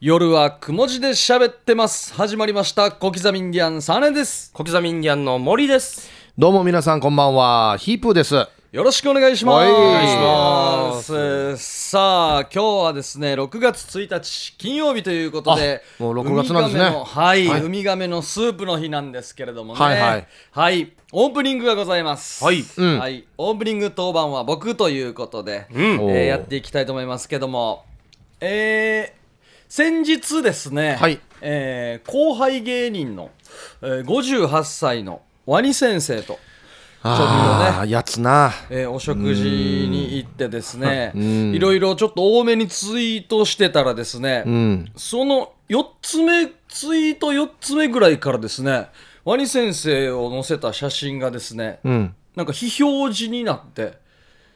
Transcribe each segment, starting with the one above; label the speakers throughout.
Speaker 1: 夜はくも字で喋ってます。始まりました。小刻みインディアンサネです。
Speaker 2: 小刻みインディアンの森です。
Speaker 3: どうも皆さんこんばんは、ヒープーです。
Speaker 1: よろしくお願いします。
Speaker 3: はいお願
Speaker 2: いし
Speaker 1: ます。さあ、今日はですね、6月1日金曜日ということで、
Speaker 3: あもう6月なんですね
Speaker 1: ウミガメのはい、
Speaker 3: はい
Speaker 1: ウミガメのスープの日なんですけれどもね。
Speaker 3: はいはい
Speaker 1: はいオープニングがございます。
Speaker 2: はい
Speaker 3: うん
Speaker 1: はいオープニング当番は僕ということで、
Speaker 2: ん
Speaker 3: おー
Speaker 1: えーやっていきたいと思いますけども、えー先日ですね、
Speaker 3: はい
Speaker 1: えー後輩芸人の、えー58歳のワニ先生と、
Speaker 3: ああ、やつな。
Speaker 1: えーお食事に行ってですね
Speaker 3: ん
Speaker 1: いろいろちょっと多めにツイートしてたらですね、
Speaker 3: うん。
Speaker 1: その4つ目ツイート4つ目ぐらいからですねワニ先生を載せた写真がですね、
Speaker 3: うん。
Speaker 1: なんか非表示になって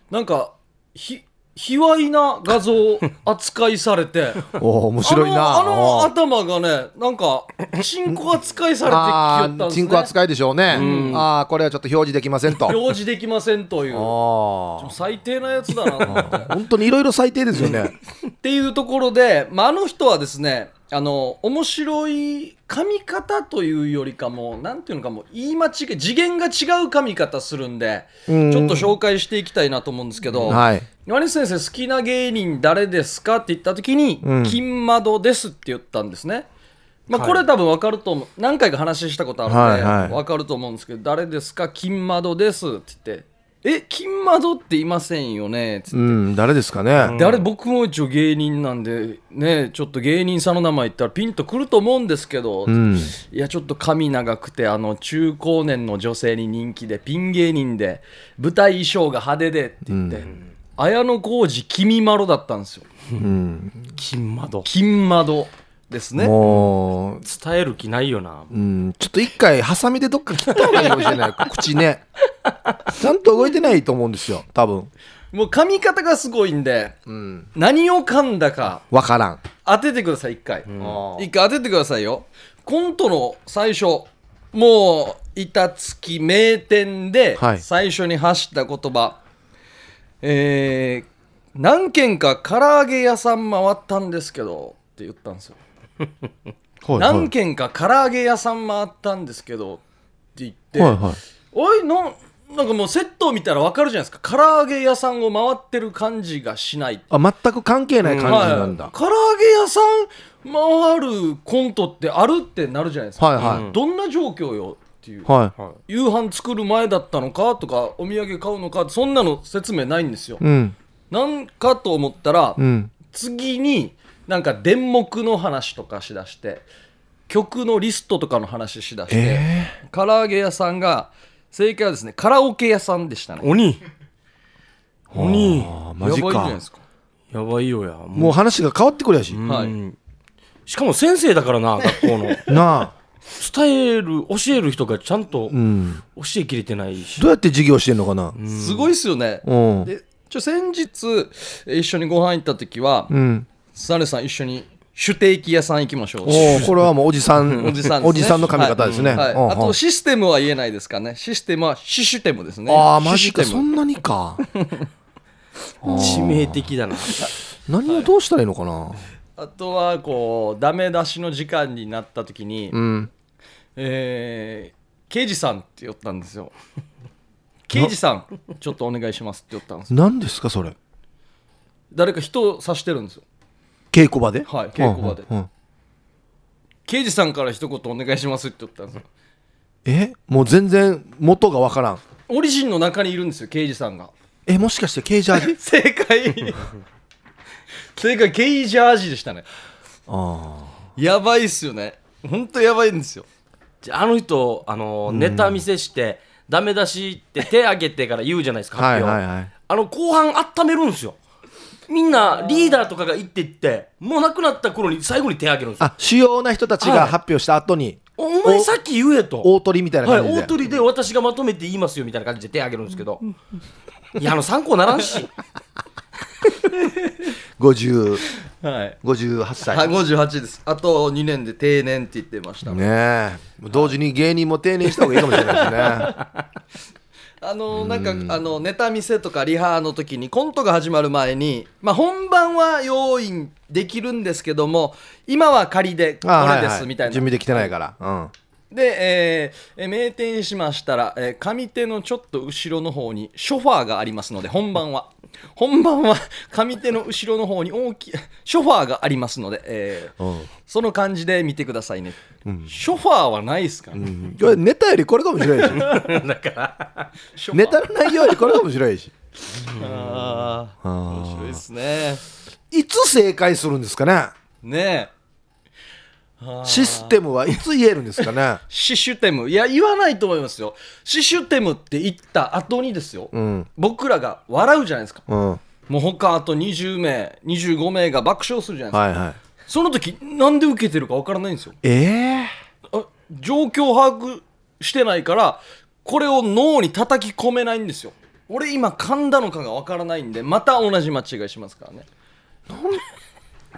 Speaker 1: なんかひ卑猥な画像を扱いされて
Speaker 3: おお、 面白いな。
Speaker 1: あのあの
Speaker 3: おー
Speaker 1: 頭がねなんかチンコ扱いされて
Speaker 3: あ
Speaker 1: きよったんで
Speaker 3: ー、
Speaker 1: す
Speaker 3: 人
Speaker 1: ね
Speaker 3: 口扱いでしょうね。ああ、これはちょっと表示できませんと。あ
Speaker 1: 表示できませんという
Speaker 3: あ
Speaker 1: 最低なやつだなと思って
Speaker 3: ー、本当にいろいろ最低です よね。
Speaker 1: っていうところで、まあ、あの人はですねあの面白い髪型というよりかもなんていうのかもう言い間違い次元が違う髪型するんでち
Speaker 3: うん
Speaker 1: ょっと紹介していきたいなと思うんですけど、
Speaker 3: はい。
Speaker 1: ワニス先生好きな芸人誰ですかって言った時に「
Speaker 3: うん
Speaker 1: 金窓です」って言ったんですね。まあ、これ多分分かると思う何回か話したことあるので、
Speaker 3: はいはい
Speaker 1: 分かると思うんですけど「誰ですか金窓です」って言って「え金窓っていませんよね」って
Speaker 3: うん、誰ですかね。
Speaker 1: であれ僕も一応芸人なんでねちょっと芸人さんの名前言ったらピンとくると思うんですけど、
Speaker 3: うん。
Speaker 1: いやちょっと髪長くてあの中高年の女性に人気でピン芸人で舞台衣装が派手でって言って、綾小路君まろだったんですよ
Speaker 3: うん。
Speaker 2: 金窓。
Speaker 1: 金窓ですね
Speaker 3: もう、
Speaker 2: 伝える気ないよな。
Speaker 3: うん、ちょっと一回、ハサミでどっか切った方がいいかもしれない。口ね。ちゃんと動いてないと思うんですよ、多分。
Speaker 1: もう髪型がすごいんで
Speaker 3: うん。
Speaker 1: 何を噛んだか
Speaker 3: わからん。
Speaker 1: 当ててください一回、
Speaker 3: あー
Speaker 1: 一回当ててくださいよコントの最初もう板付き名店で
Speaker 3: はい
Speaker 1: 最初に発した言葉、えー何軒か唐揚げ屋さん回ったんですけどって言ったんですよ
Speaker 3: はいはい
Speaker 1: 何軒か唐揚げ屋さん回ったんですけどって言って、
Speaker 3: はいはい。
Speaker 1: おいのなんかもうセットを見たら分かるじゃないですか唐揚げ屋さんを回ってる感じがしない
Speaker 3: あ全く関係ない感じなんだ、
Speaker 1: はい、唐揚げ屋さん回るコントってあるってなるじゃないですか、
Speaker 3: はいはい
Speaker 1: うんどんな状況よっていう、
Speaker 3: はい
Speaker 2: は
Speaker 1: 夕飯作る前だったのかとかお土産買うのかそんなの説明ないんですよ、
Speaker 3: うん
Speaker 1: なんかと思ったら、
Speaker 3: うん
Speaker 1: 次になんか電目の話とかしだして曲のリストとかの話しだして、
Speaker 3: え
Speaker 1: 唐揚げ屋さんが正解はですねカラオケ屋さんでしたね
Speaker 2: 鬼。鬼。
Speaker 3: あー
Speaker 1: やば
Speaker 3: マ
Speaker 1: い
Speaker 3: ジ
Speaker 1: じゃない
Speaker 3: か
Speaker 1: ですか、
Speaker 2: やばいよや。
Speaker 3: も
Speaker 2: も
Speaker 3: う話が変わってくるやし、
Speaker 2: う。
Speaker 1: はい
Speaker 2: うんしかも先生だからな、学校の。
Speaker 3: なあ、
Speaker 2: 伝える、教える人がちゃんと
Speaker 3: うん、
Speaker 2: 教えきれてないし
Speaker 3: ど。うやって授業してんのかな
Speaker 1: すごいっすよね、
Speaker 3: うん
Speaker 1: でちょ先日え一緒にご飯行った時は、
Speaker 3: うん、
Speaker 1: サネさん一緒に酒テーキ屋さん行きましょう
Speaker 3: おーこれはもうおじさ ん
Speaker 1: おじさんですね
Speaker 3: おじさんの髪型ですね、
Speaker 1: はい
Speaker 3: うん
Speaker 1: はいあ
Speaker 3: うん
Speaker 1: とシステムは言えないですかねシステムはシシュテムですね
Speaker 3: ああマジか
Speaker 1: シシテ
Speaker 3: そ
Speaker 1: ム
Speaker 3: んなに か
Speaker 2: 致命的だな。
Speaker 3: 何をどうしたらいいのかな、
Speaker 1: あとはこうダメ出しの時間になった時に、
Speaker 3: うん
Speaker 1: えー刑事さんって言ったんです よ刑事さんちょっとお願いしますって言ったんですよ
Speaker 3: 何ですかそれ
Speaker 1: 誰か人を指してるんですよ
Speaker 3: 稽古場で
Speaker 1: はい稽古場で
Speaker 3: うんうんうん
Speaker 1: 刑事さんから一言お願いしますって言ったんですよ
Speaker 3: えもう全然元がわからん
Speaker 1: オリジンの中にいるんですよ刑事さんが
Speaker 3: えもしかして刑事 味
Speaker 1: 正解正解ケイジャージでしたね
Speaker 3: あ
Speaker 1: やばいっすよねほんとやばいんですよ
Speaker 2: じゃああの人、あの、ネタ見せして、ダメ出しって手挙げてから言うじゃないですか、
Speaker 3: あはい
Speaker 2: 発
Speaker 3: はい
Speaker 2: 表。
Speaker 3: はい
Speaker 2: あの、後半温めるんですよ。みんな、リーダーとかが行って行って、もう亡くなった頃に最後に手挙げるんですよ。
Speaker 3: あ主要な人たちが発表した後に
Speaker 2: おお前さっき言えと。
Speaker 3: 大鳥みたいな
Speaker 2: はい、
Speaker 3: 感じで、
Speaker 2: 大鳥で私がまとめて言いますよみたいな感じで手挙げるんですけど、いや、あの参考ならんし、
Speaker 3: 50
Speaker 1: はい
Speaker 3: 58
Speaker 1: はい、
Speaker 3: 歳ね
Speaker 1: 58ですあと2年で定年って言ってました、
Speaker 3: え同時に芸人も定年した方がいいかもしれないですね
Speaker 1: あのなんかあのネタ見せとかリハの時にコントが始まる前に、まあ、本番は用意できるんですけども今は仮でこ
Speaker 3: あ
Speaker 1: れで
Speaker 3: は
Speaker 1: すみたいな、
Speaker 3: 準備できてないから、うん
Speaker 1: で、えーえー名店しましたら、えー上手のちょっと後ろの方にソファーがありますので本番は本番は上手の後ろの方に大きいソファーがありますので、えー
Speaker 3: うん
Speaker 1: その感じで見てくださいね、ソファーはないですからね、
Speaker 3: これネタよりこれが面白い し
Speaker 2: だから
Speaker 1: ソファー
Speaker 3: ネタの内容よりこれが面白いし
Speaker 1: あー面白いですね
Speaker 3: いつ正解するんですかね
Speaker 1: ねえ
Speaker 3: システムはいつ言えるんですかね
Speaker 1: シシュテムいや言わないと思いますよシシュテムって言った後にですよ、
Speaker 3: うん
Speaker 1: 僕らが笑うじゃないですか
Speaker 3: うんは
Speaker 1: もう他あと20名25名が爆笑するじゃない
Speaker 3: い
Speaker 1: ですか、
Speaker 3: はい
Speaker 1: その時なんで受けてるかわからないんですよ
Speaker 3: ええ
Speaker 1: あ状況把握してないからこれを脳に叩き込めないんですよ俺今噛んだのかがわからないんでまた同じ間違いしますからね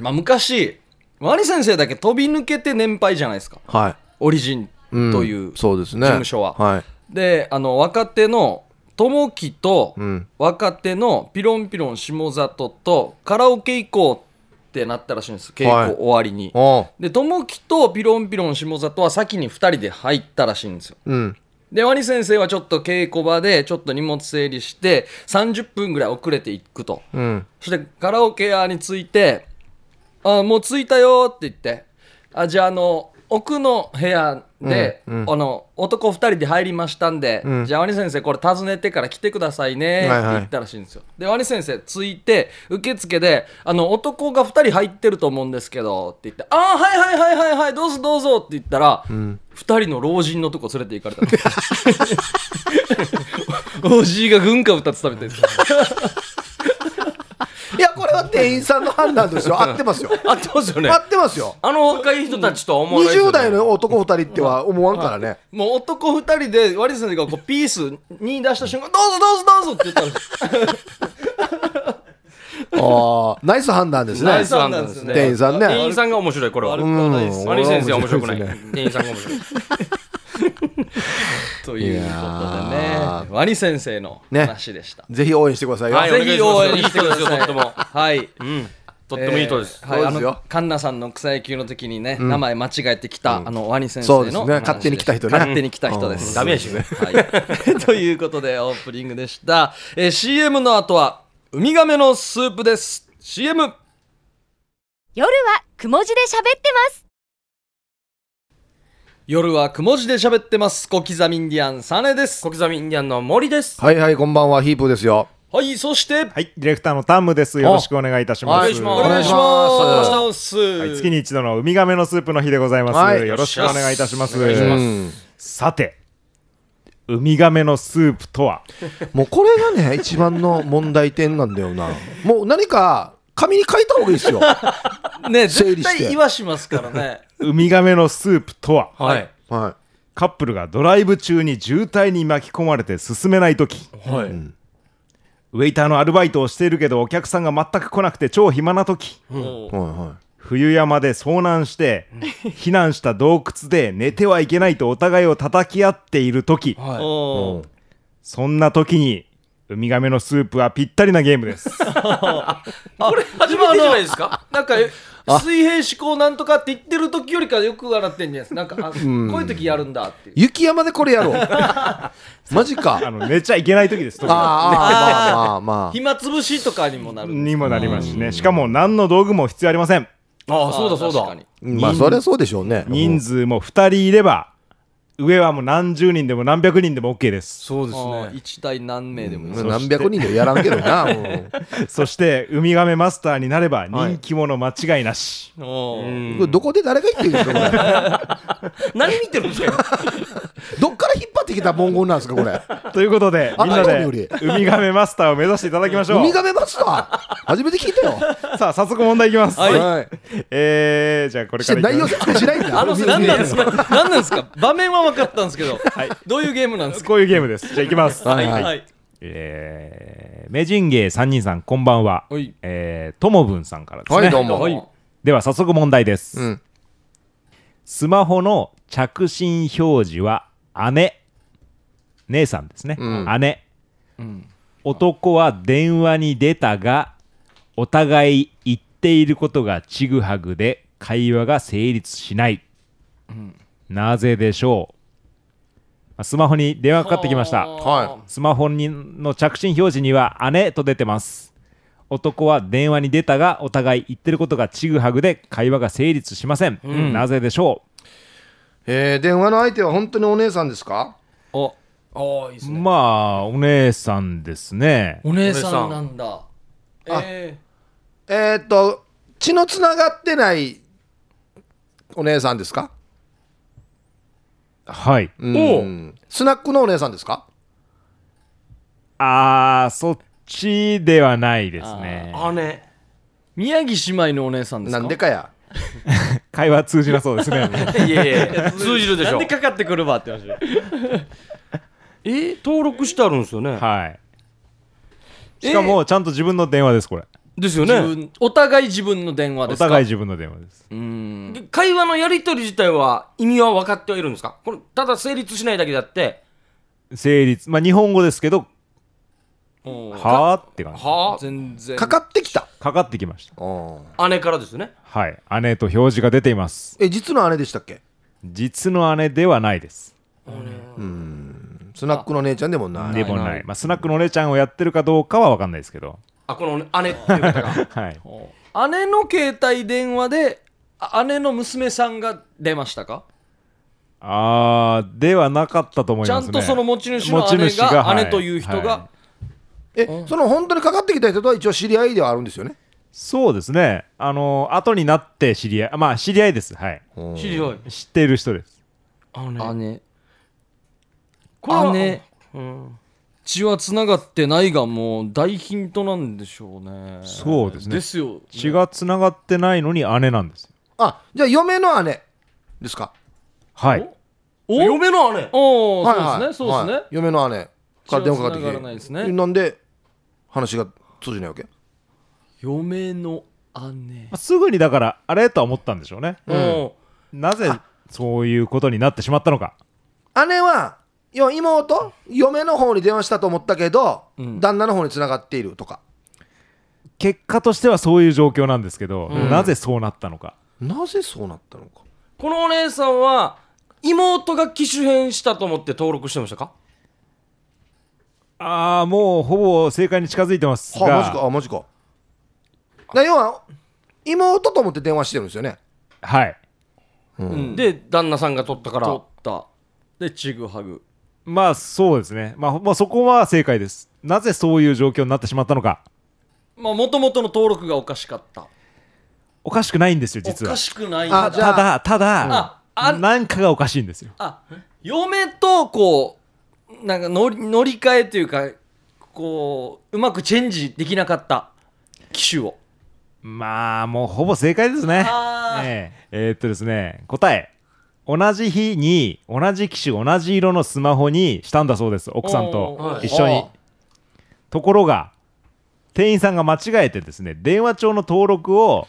Speaker 1: まあ昔ワニ先生だけ飛び抜けて年配じゃないですか
Speaker 3: はい
Speaker 1: オリジン
Speaker 3: ん
Speaker 1: という、
Speaker 3: そうですね
Speaker 1: 事務所は
Speaker 3: はい
Speaker 1: であの若手のともきと
Speaker 3: うん
Speaker 1: 若手のピロンピロン下里とカラオケ行こうってなったらしいんです稽
Speaker 3: はい
Speaker 1: 古終わりに、
Speaker 3: お
Speaker 1: で、ともきとピロンピロン下里は先に2人で入ったらしいんですよ。
Speaker 3: ううん
Speaker 1: で、ワニ先生はちょっと稽古場でちょっと荷物整理して30分ぐらい遅れていくと。
Speaker 3: うん
Speaker 1: そしてカラオケ屋に着いて、あ、もう着いたよって言って、あ、じゃああの、奥の部屋で、
Speaker 3: うんうん
Speaker 1: あの男2人で入りましたんで、
Speaker 3: うん
Speaker 1: じゃあワニ先生これ訪ねてから来てくださいねって
Speaker 3: はいはい
Speaker 1: 言ったらしいんですよ、でワニ先生着いて受付であの男が2人入ってると思うんですけどって言って「ああはいはいはいはいはいどうぞどうぞ」って言ったら、二2人の老人のとこ連れて行かれたん ですおじいが軍歌歌って食べてるんですよ
Speaker 3: いやこれは店員さんの判断ですよ合ってますよ
Speaker 2: 合ってますよね
Speaker 3: 合ってますよ
Speaker 2: あの若い人たちとは思わないですよ
Speaker 3: 20
Speaker 2: ね
Speaker 3: 代の男2人っては思わんからね
Speaker 1: もう男二人でワリス先生がこうピースに出した瞬間「どうぞどうぞどうぞ」って言ったんです
Speaker 3: ああナイス判断です
Speaker 2: ナ
Speaker 3: ね
Speaker 2: イス判断ですね
Speaker 3: 店員さんね
Speaker 2: 店員さんが面白いこれは
Speaker 1: 悪くはないです
Speaker 3: うん
Speaker 1: よ
Speaker 2: マリ先生は面白くない
Speaker 3: 面白いです
Speaker 2: 店員さんが面白い
Speaker 1: というこ
Speaker 3: い
Speaker 1: とで
Speaker 3: や
Speaker 1: ねワニ先生の
Speaker 3: ね
Speaker 1: 話でした、
Speaker 3: ぜひ応援してくださいよ
Speaker 2: はい
Speaker 1: ぜひ応援してくだ
Speaker 2: いい人です
Speaker 1: さ
Speaker 2: よ
Speaker 1: い
Speaker 2: とっても
Speaker 1: はい
Speaker 2: うんとってもいい人です
Speaker 1: えーはい、
Speaker 3: そ
Speaker 1: あ
Speaker 3: うですよ
Speaker 1: のカンナさんの草野球の時にね、名前間違えてきた、あのワニ先生の
Speaker 3: そうですね
Speaker 1: 話
Speaker 3: 勝手に来た人ね
Speaker 1: 勝手に来た人です、
Speaker 2: うんダメやしね
Speaker 1: はい、 ということでオープニングでした、えー CM の後はウミガメのスープです CM
Speaker 4: 夜はくも字で喋ってます。
Speaker 1: 夜はくも字で喋ってます小刻みインディアンサネです
Speaker 2: 小刻みインディアンの森です
Speaker 3: はいはいこんばんはヒープーですよ
Speaker 1: はいそして
Speaker 5: はい、ディレクターのタンムです。よろしくお願いいたします。
Speaker 2: お願いします
Speaker 1: お願いします
Speaker 3: お願
Speaker 5: はい
Speaker 1: は
Speaker 5: 月に一度のウミガメのスープの日でございます。
Speaker 3: はい
Speaker 5: よろしくお願いいたします。
Speaker 2: お願いしま
Speaker 3: うん
Speaker 5: さて、ウミガメのスープとは、
Speaker 3: もうこれがね一番の問題点なんだよなもう何か紙に書いた方がいい ですよは
Speaker 1: ね
Speaker 3: 整
Speaker 1: 絶
Speaker 3: 理して
Speaker 1: 対言わしますからね
Speaker 5: ウミガメのスープとは、
Speaker 2: はい
Speaker 3: い
Speaker 5: カップルがドライブ中に渋滞に巻き込まれて進めないとき、
Speaker 2: はい
Speaker 5: ウェイターのアルバイトをしているけどお客さんが全く来なくて超暇なとき、
Speaker 1: もう
Speaker 3: はいは
Speaker 5: 冬山で遭難して、避難した洞窟で寝てはいけないとお互いを叩き合っているとき、
Speaker 2: は
Speaker 1: おー
Speaker 5: そんな時に、ウミガメのスープはぴったりなゲームです。
Speaker 1: あこれ
Speaker 2: い初めてじゃないですか
Speaker 1: なんかえ水平思考なんとかって言ってる時よりかよく笑ってんじゃないですかなんかあこういう時やるんだっていう
Speaker 3: い雪山でこれやろう マジか
Speaker 5: あの寝ちゃいけない時です。特に
Speaker 3: あーあーまあま あま
Speaker 1: 暇つぶしとかにもなる
Speaker 5: にもなりますしね。しかも何の道具も必要ありません。
Speaker 2: ああ
Speaker 1: あ
Speaker 2: そうだそう
Speaker 1: 確か
Speaker 2: だ
Speaker 1: に
Speaker 3: あまあそりゃそうでしょうね
Speaker 5: 人数も2人いれば、上はもう何十人でも何百人でも OK です。
Speaker 2: そうで
Speaker 1: あー一対何名でもいいです
Speaker 3: うん何百人でもやらんけどなうん
Speaker 5: そして、ウミガメマスターになれば人気者間違いなし。
Speaker 1: おー
Speaker 3: これどこで誰が言ってるんですかこれ
Speaker 2: 何見てるんですか
Speaker 3: どっから引っ張ってきた文言なんですかこれ
Speaker 5: ということで、みんな
Speaker 3: あ
Speaker 5: で
Speaker 3: 興味よ
Speaker 5: ウミガメマスターを目指していただきましょ
Speaker 3: ウ
Speaker 5: う
Speaker 3: ミ。ガメマスター初めて聞いたよ
Speaker 5: さあ、早速問題いきます。
Speaker 1: はい
Speaker 3: はい
Speaker 5: えー、じゃあこれ
Speaker 3: して
Speaker 5: からいきます
Speaker 3: 内容説明しないんだ
Speaker 1: あの
Speaker 3: ウミガ
Speaker 1: 何
Speaker 3: メ
Speaker 1: なんですか何なんですか場面は分かったんですけど
Speaker 5: い
Speaker 1: どういうゲームなんですか
Speaker 5: こういうゲームです。じゃあいきます。
Speaker 3: はいはい
Speaker 1: い
Speaker 5: えー、名人芸三人さんこんばんは
Speaker 1: はい。
Speaker 5: えー、ともぶんさんからですね。
Speaker 3: はいどうも
Speaker 1: はい
Speaker 5: では早速問題です。
Speaker 3: うん
Speaker 5: スマホの着信表示は姉、姉さんですね、
Speaker 3: うん
Speaker 5: 姉、男は電話に出たがお互い言っていることがちぐはぐで会話が成立しない、なぜでしょうまあスマホに電話かかってきました
Speaker 3: は
Speaker 5: スマホにの着信表示には姉と出てます男は電話に出たがお互い言ってることがちぐはぐで会話が成立しません、なぜでしょ
Speaker 3: い、えー、電話の相手は本当にお姉さんですか
Speaker 1: お
Speaker 2: ああいいです
Speaker 5: う
Speaker 2: ね、
Speaker 5: まあお姉さんですね
Speaker 1: お姉さ
Speaker 2: さ
Speaker 1: ん
Speaker 2: ん
Speaker 1: なんだ
Speaker 3: あ
Speaker 1: え
Speaker 3: えー、っと血のつながってないお姉さんですか
Speaker 5: はい
Speaker 3: うんスナックのお姉さんですか
Speaker 5: あーそっちではないですね
Speaker 2: 姉
Speaker 1: 宮城姉妹のお姉さんです
Speaker 3: な
Speaker 1: か
Speaker 3: んでかや
Speaker 5: 会話通じなそうです ね
Speaker 2: いやいやいや通じるでし
Speaker 1: な
Speaker 2: ょ
Speaker 1: んでかかってくるわって話
Speaker 2: えー登録してあるんですよね
Speaker 5: はいしかもちゃんと自分の電話ですこれ
Speaker 2: ですよ
Speaker 1: 自
Speaker 2: ね
Speaker 1: 分お互い自分の電話で
Speaker 5: お
Speaker 1: すか
Speaker 5: 互い自分の電話です
Speaker 1: うん
Speaker 2: で会話のやり取り自体は意味は分かってはいるんですかこれただ成立しないだけだって
Speaker 5: 成立まあ日本語ですけど
Speaker 1: うん
Speaker 5: はーって感じ
Speaker 2: は
Speaker 1: 全然
Speaker 3: かかってきた
Speaker 5: かかってきました
Speaker 3: うん
Speaker 2: あ姉からですよね
Speaker 5: はい姉と表示が出ています
Speaker 3: え実の姉でしたっけ
Speaker 5: 実の姉ではないです
Speaker 3: スナックの姉ちゃんでもない
Speaker 5: でもない、まあ、スナックのお姉ちゃんをやってるかどうかは分かんないですけど、
Speaker 2: あこの姉っていう方 が
Speaker 5: はい、
Speaker 1: 姉の携帯電話であ姉の娘さんが出ましたか
Speaker 5: あーではなかったと思い
Speaker 1: ちゃ
Speaker 5: ます
Speaker 1: ん
Speaker 5: ね
Speaker 1: とその持ち主の姉が
Speaker 5: 持ち主がはい
Speaker 1: 姉という人
Speaker 5: は
Speaker 1: が
Speaker 3: えその本当にかかってきた人とは一応知り合いではあるんですよね
Speaker 5: そうですねあの後になって知り合いまあ知り合いですはい
Speaker 2: 知り合い
Speaker 5: 知っている人です
Speaker 2: 姉
Speaker 1: 姉
Speaker 2: これは
Speaker 1: 姉
Speaker 2: うん
Speaker 1: 血はつながってないがもう大ヒントなんでしょうね
Speaker 5: そうですね
Speaker 1: ですよ
Speaker 5: 血がつながってないのに姉なんですよ
Speaker 3: あじゃあ嫁の姉ですか
Speaker 5: はい
Speaker 1: お
Speaker 2: 嫁の姉
Speaker 1: おお、
Speaker 3: はいはい
Speaker 1: そうですねそうですね、
Speaker 3: はい嫁の姉から電話かかって
Speaker 1: 血は繋がらないです
Speaker 3: き
Speaker 1: ね
Speaker 3: てなんで話が通じないわけ
Speaker 1: 嫁の姉
Speaker 5: まあすぐにだからあれとは思ったんでしょうね
Speaker 2: うん
Speaker 5: なぜそういうことになってしまったのか
Speaker 3: 姉は要は妹嫁の方に電話したと思ったけど、旦那の方に繋がっているとか
Speaker 5: 結果としてはそういう状況なんですけど、なぜそうなったのか
Speaker 3: なぜそうなったのか
Speaker 2: このお姉さんは妹が機種変したと思って登録してましたか
Speaker 5: ああもうほぼ正解に近づいてます
Speaker 3: はあマジか
Speaker 5: が
Speaker 3: あマジかだから要は妹と思って電話してるんですよね
Speaker 5: はい
Speaker 2: で旦那さんが取ったから
Speaker 1: 取ったでちぐはぐ
Speaker 5: まあそうですね、まあ、まあそこは正解ですなぜそういう状況になってしまったのか
Speaker 1: まあもともとの登録がおかしかった
Speaker 5: おかしくないんですよ
Speaker 1: お
Speaker 5: 実は
Speaker 1: かしくない
Speaker 3: あじゃあ
Speaker 5: ただただ
Speaker 1: ああ
Speaker 5: なんかがおかしいんですよ
Speaker 1: あ嫁とこうなんか乗り乗り換えというかこううまくチェンジできなかった機種を
Speaker 5: まあもうほぼ正解ですね
Speaker 1: あー
Speaker 5: えええーっとですね答え同じ日に同じ機種同じ色のスマホにしたんだそうです奥さん
Speaker 1: おー
Speaker 5: と
Speaker 1: はい
Speaker 5: 一緒に
Speaker 3: おー
Speaker 5: ところが店員さんが間違えてですね電話帳の登録を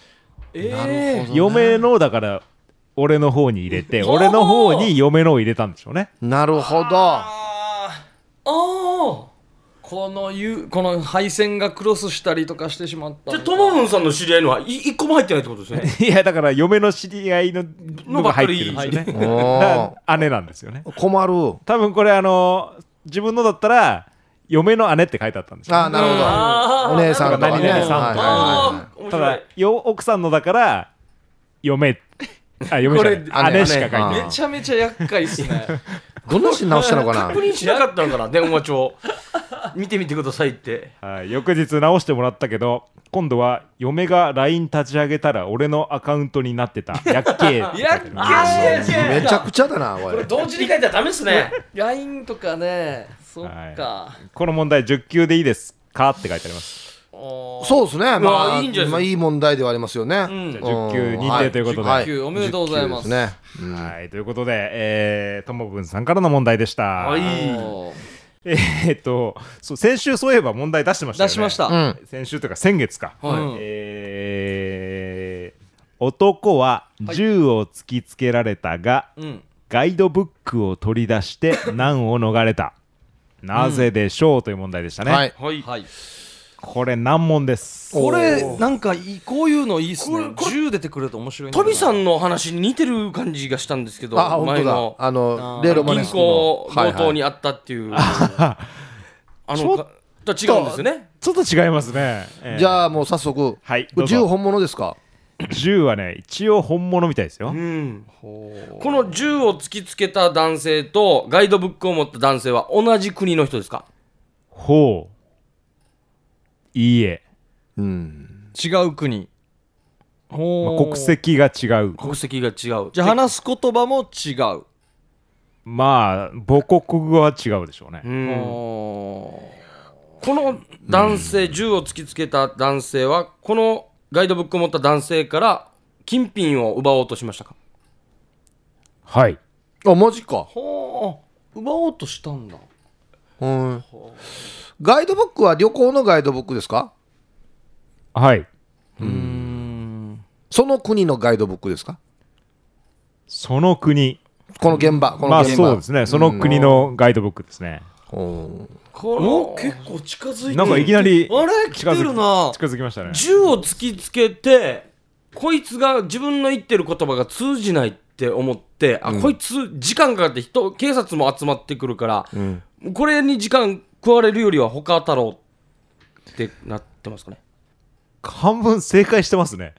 Speaker 1: ええ
Speaker 5: 嫁のだから俺の方に入れて
Speaker 1: ほう
Speaker 5: 俺の方に嫁のを入れたんでしょうね
Speaker 3: なるほど
Speaker 1: あーあーこのゆこの配線がクロスしたりとかしてしまった
Speaker 2: じゃあともぶんさんの知り合いのはい一個も入ってないってことです ね
Speaker 5: いやだから嫁の知り合いののが入ってるんですよ
Speaker 1: のばっか
Speaker 5: ね
Speaker 3: り
Speaker 5: だから 姉なんですよね
Speaker 3: 困る
Speaker 5: 多分これあの自分のだったら嫁の姉って書いてあったんですよ
Speaker 3: ああなるほ
Speaker 2: あー
Speaker 3: どお姉さんとかね
Speaker 5: 何々さんと
Speaker 3: はいはいは
Speaker 5: か
Speaker 2: ああ面
Speaker 5: た
Speaker 2: 白
Speaker 5: だ
Speaker 2: い
Speaker 5: よ奥さんのだから 嫁あ嫁じゃな
Speaker 3: こ
Speaker 5: い
Speaker 3: れ
Speaker 5: 姉しか書いて
Speaker 3: 姉
Speaker 5: ない
Speaker 3: 姉
Speaker 1: めちゃめちゃ厄介っすね
Speaker 3: いどんな人に直したの かな
Speaker 2: 確認しなかったのかな電話帳見てみてくださいって
Speaker 5: はい翌日直してもらったけど今度は嫁が LINE 立ち上げたら俺のアカウントになってたやっけー
Speaker 1: やっけーし
Speaker 3: めちゃくちゃだなおい
Speaker 2: 同時に書いたらダメですね
Speaker 1: LINE とかねそっか
Speaker 5: は、この問題10級でいいですかって書いてあります
Speaker 3: そうですね
Speaker 2: う
Speaker 3: ま
Speaker 2: わ
Speaker 3: あ
Speaker 2: いいんじゃないですか
Speaker 3: まあいい問題ではありますよね
Speaker 2: ん
Speaker 5: じゃあ10級認定ということで
Speaker 1: 10級おめでとうございます
Speaker 3: 10級ですね
Speaker 5: はいということでえーともぶんさんからの問題でした
Speaker 2: はい
Speaker 1: おー
Speaker 5: えーっとそう先週そういえば問題出してましたよ
Speaker 1: 出
Speaker 5: ね
Speaker 1: しました、
Speaker 3: うん
Speaker 5: 先週というか先月か、
Speaker 1: はい
Speaker 5: えー男は銃を突きつけられたが、
Speaker 1: うん
Speaker 5: ガイドブックを取り出して難を逃れたなぜでしょうという問題でしたね、
Speaker 3: はい
Speaker 2: はい
Speaker 1: はい、
Speaker 5: これ難問です
Speaker 1: こ
Speaker 3: お
Speaker 1: れ
Speaker 3: ー
Speaker 1: なんかいいこういうのいいっすね
Speaker 2: これこれ
Speaker 1: 銃出てくると面白いだ
Speaker 2: ト
Speaker 1: な
Speaker 2: ビさんの話に似てる感じがしたんですけど
Speaker 3: あ本
Speaker 2: 前
Speaker 3: 当
Speaker 2: の
Speaker 3: だあの
Speaker 1: あー
Speaker 3: レーロマネ
Speaker 2: 銀
Speaker 3: スキの
Speaker 2: 行強盗
Speaker 3: はい
Speaker 2: に
Speaker 3: はい
Speaker 2: あったっていう、あ
Speaker 5: ちょ
Speaker 2: の
Speaker 5: っと
Speaker 2: かと違うんですよね
Speaker 5: ちょっと違いますね、えー
Speaker 3: じゃあもう早速
Speaker 5: はい
Speaker 3: こ
Speaker 5: ど
Speaker 3: れ
Speaker 5: うぞ
Speaker 3: 銃本物ですか
Speaker 5: 銃はね一応本物みたいですよ、
Speaker 2: うんこの銃を突きつけた男性とガイドブックを持った男性は同じ国の人ですか
Speaker 5: ほういいえ、
Speaker 3: うん
Speaker 1: 違う国
Speaker 5: ま
Speaker 1: ほ
Speaker 5: あ
Speaker 1: う
Speaker 5: 国籍が違う
Speaker 2: 国籍が違う
Speaker 1: じゃあ話す言葉も違う
Speaker 5: まあ母国語は違うでしょうね、
Speaker 2: うん
Speaker 1: ほ
Speaker 2: この男性、銃を突きつけた男性はこのガイドブックを持った男性から金品を奪おうとしましたか
Speaker 5: はい
Speaker 3: あマジか
Speaker 1: うほう奪おうとしたんだ
Speaker 3: うんガイドブックは旅行のガイドブックですか
Speaker 5: はい
Speaker 3: その国のガイドブックですか
Speaker 5: その国
Speaker 3: この現場こ
Speaker 5: ま
Speaker 3: の
Speaker 5: あ
Speaker 3: 現場
Speaker 5: そうですねその国のガイドブックですね、
Speaker 3: うん
Speaker 2: こ
Speaker 1: お
Speaker 2: の
Speaker 1: 結構近づいてる
Speaker 5: なんかいきなり
Speaker 1: あれ来
Speaker 5: 近
Speaker 1: て
Speaker 5: づ
Speaker 1: る
Speaker 5: き
Speaker 1: な
Speaker 5: 近づきましたね
Speaker 2: 銃を突きつけてこいつが自分の言ってる言葉が通じないって思ってあ、こいつ時間かかって人警察も集まってくるから、これに時間食われるよりは他太郎ってなってますかね
Speaker 5: 半分正解してますね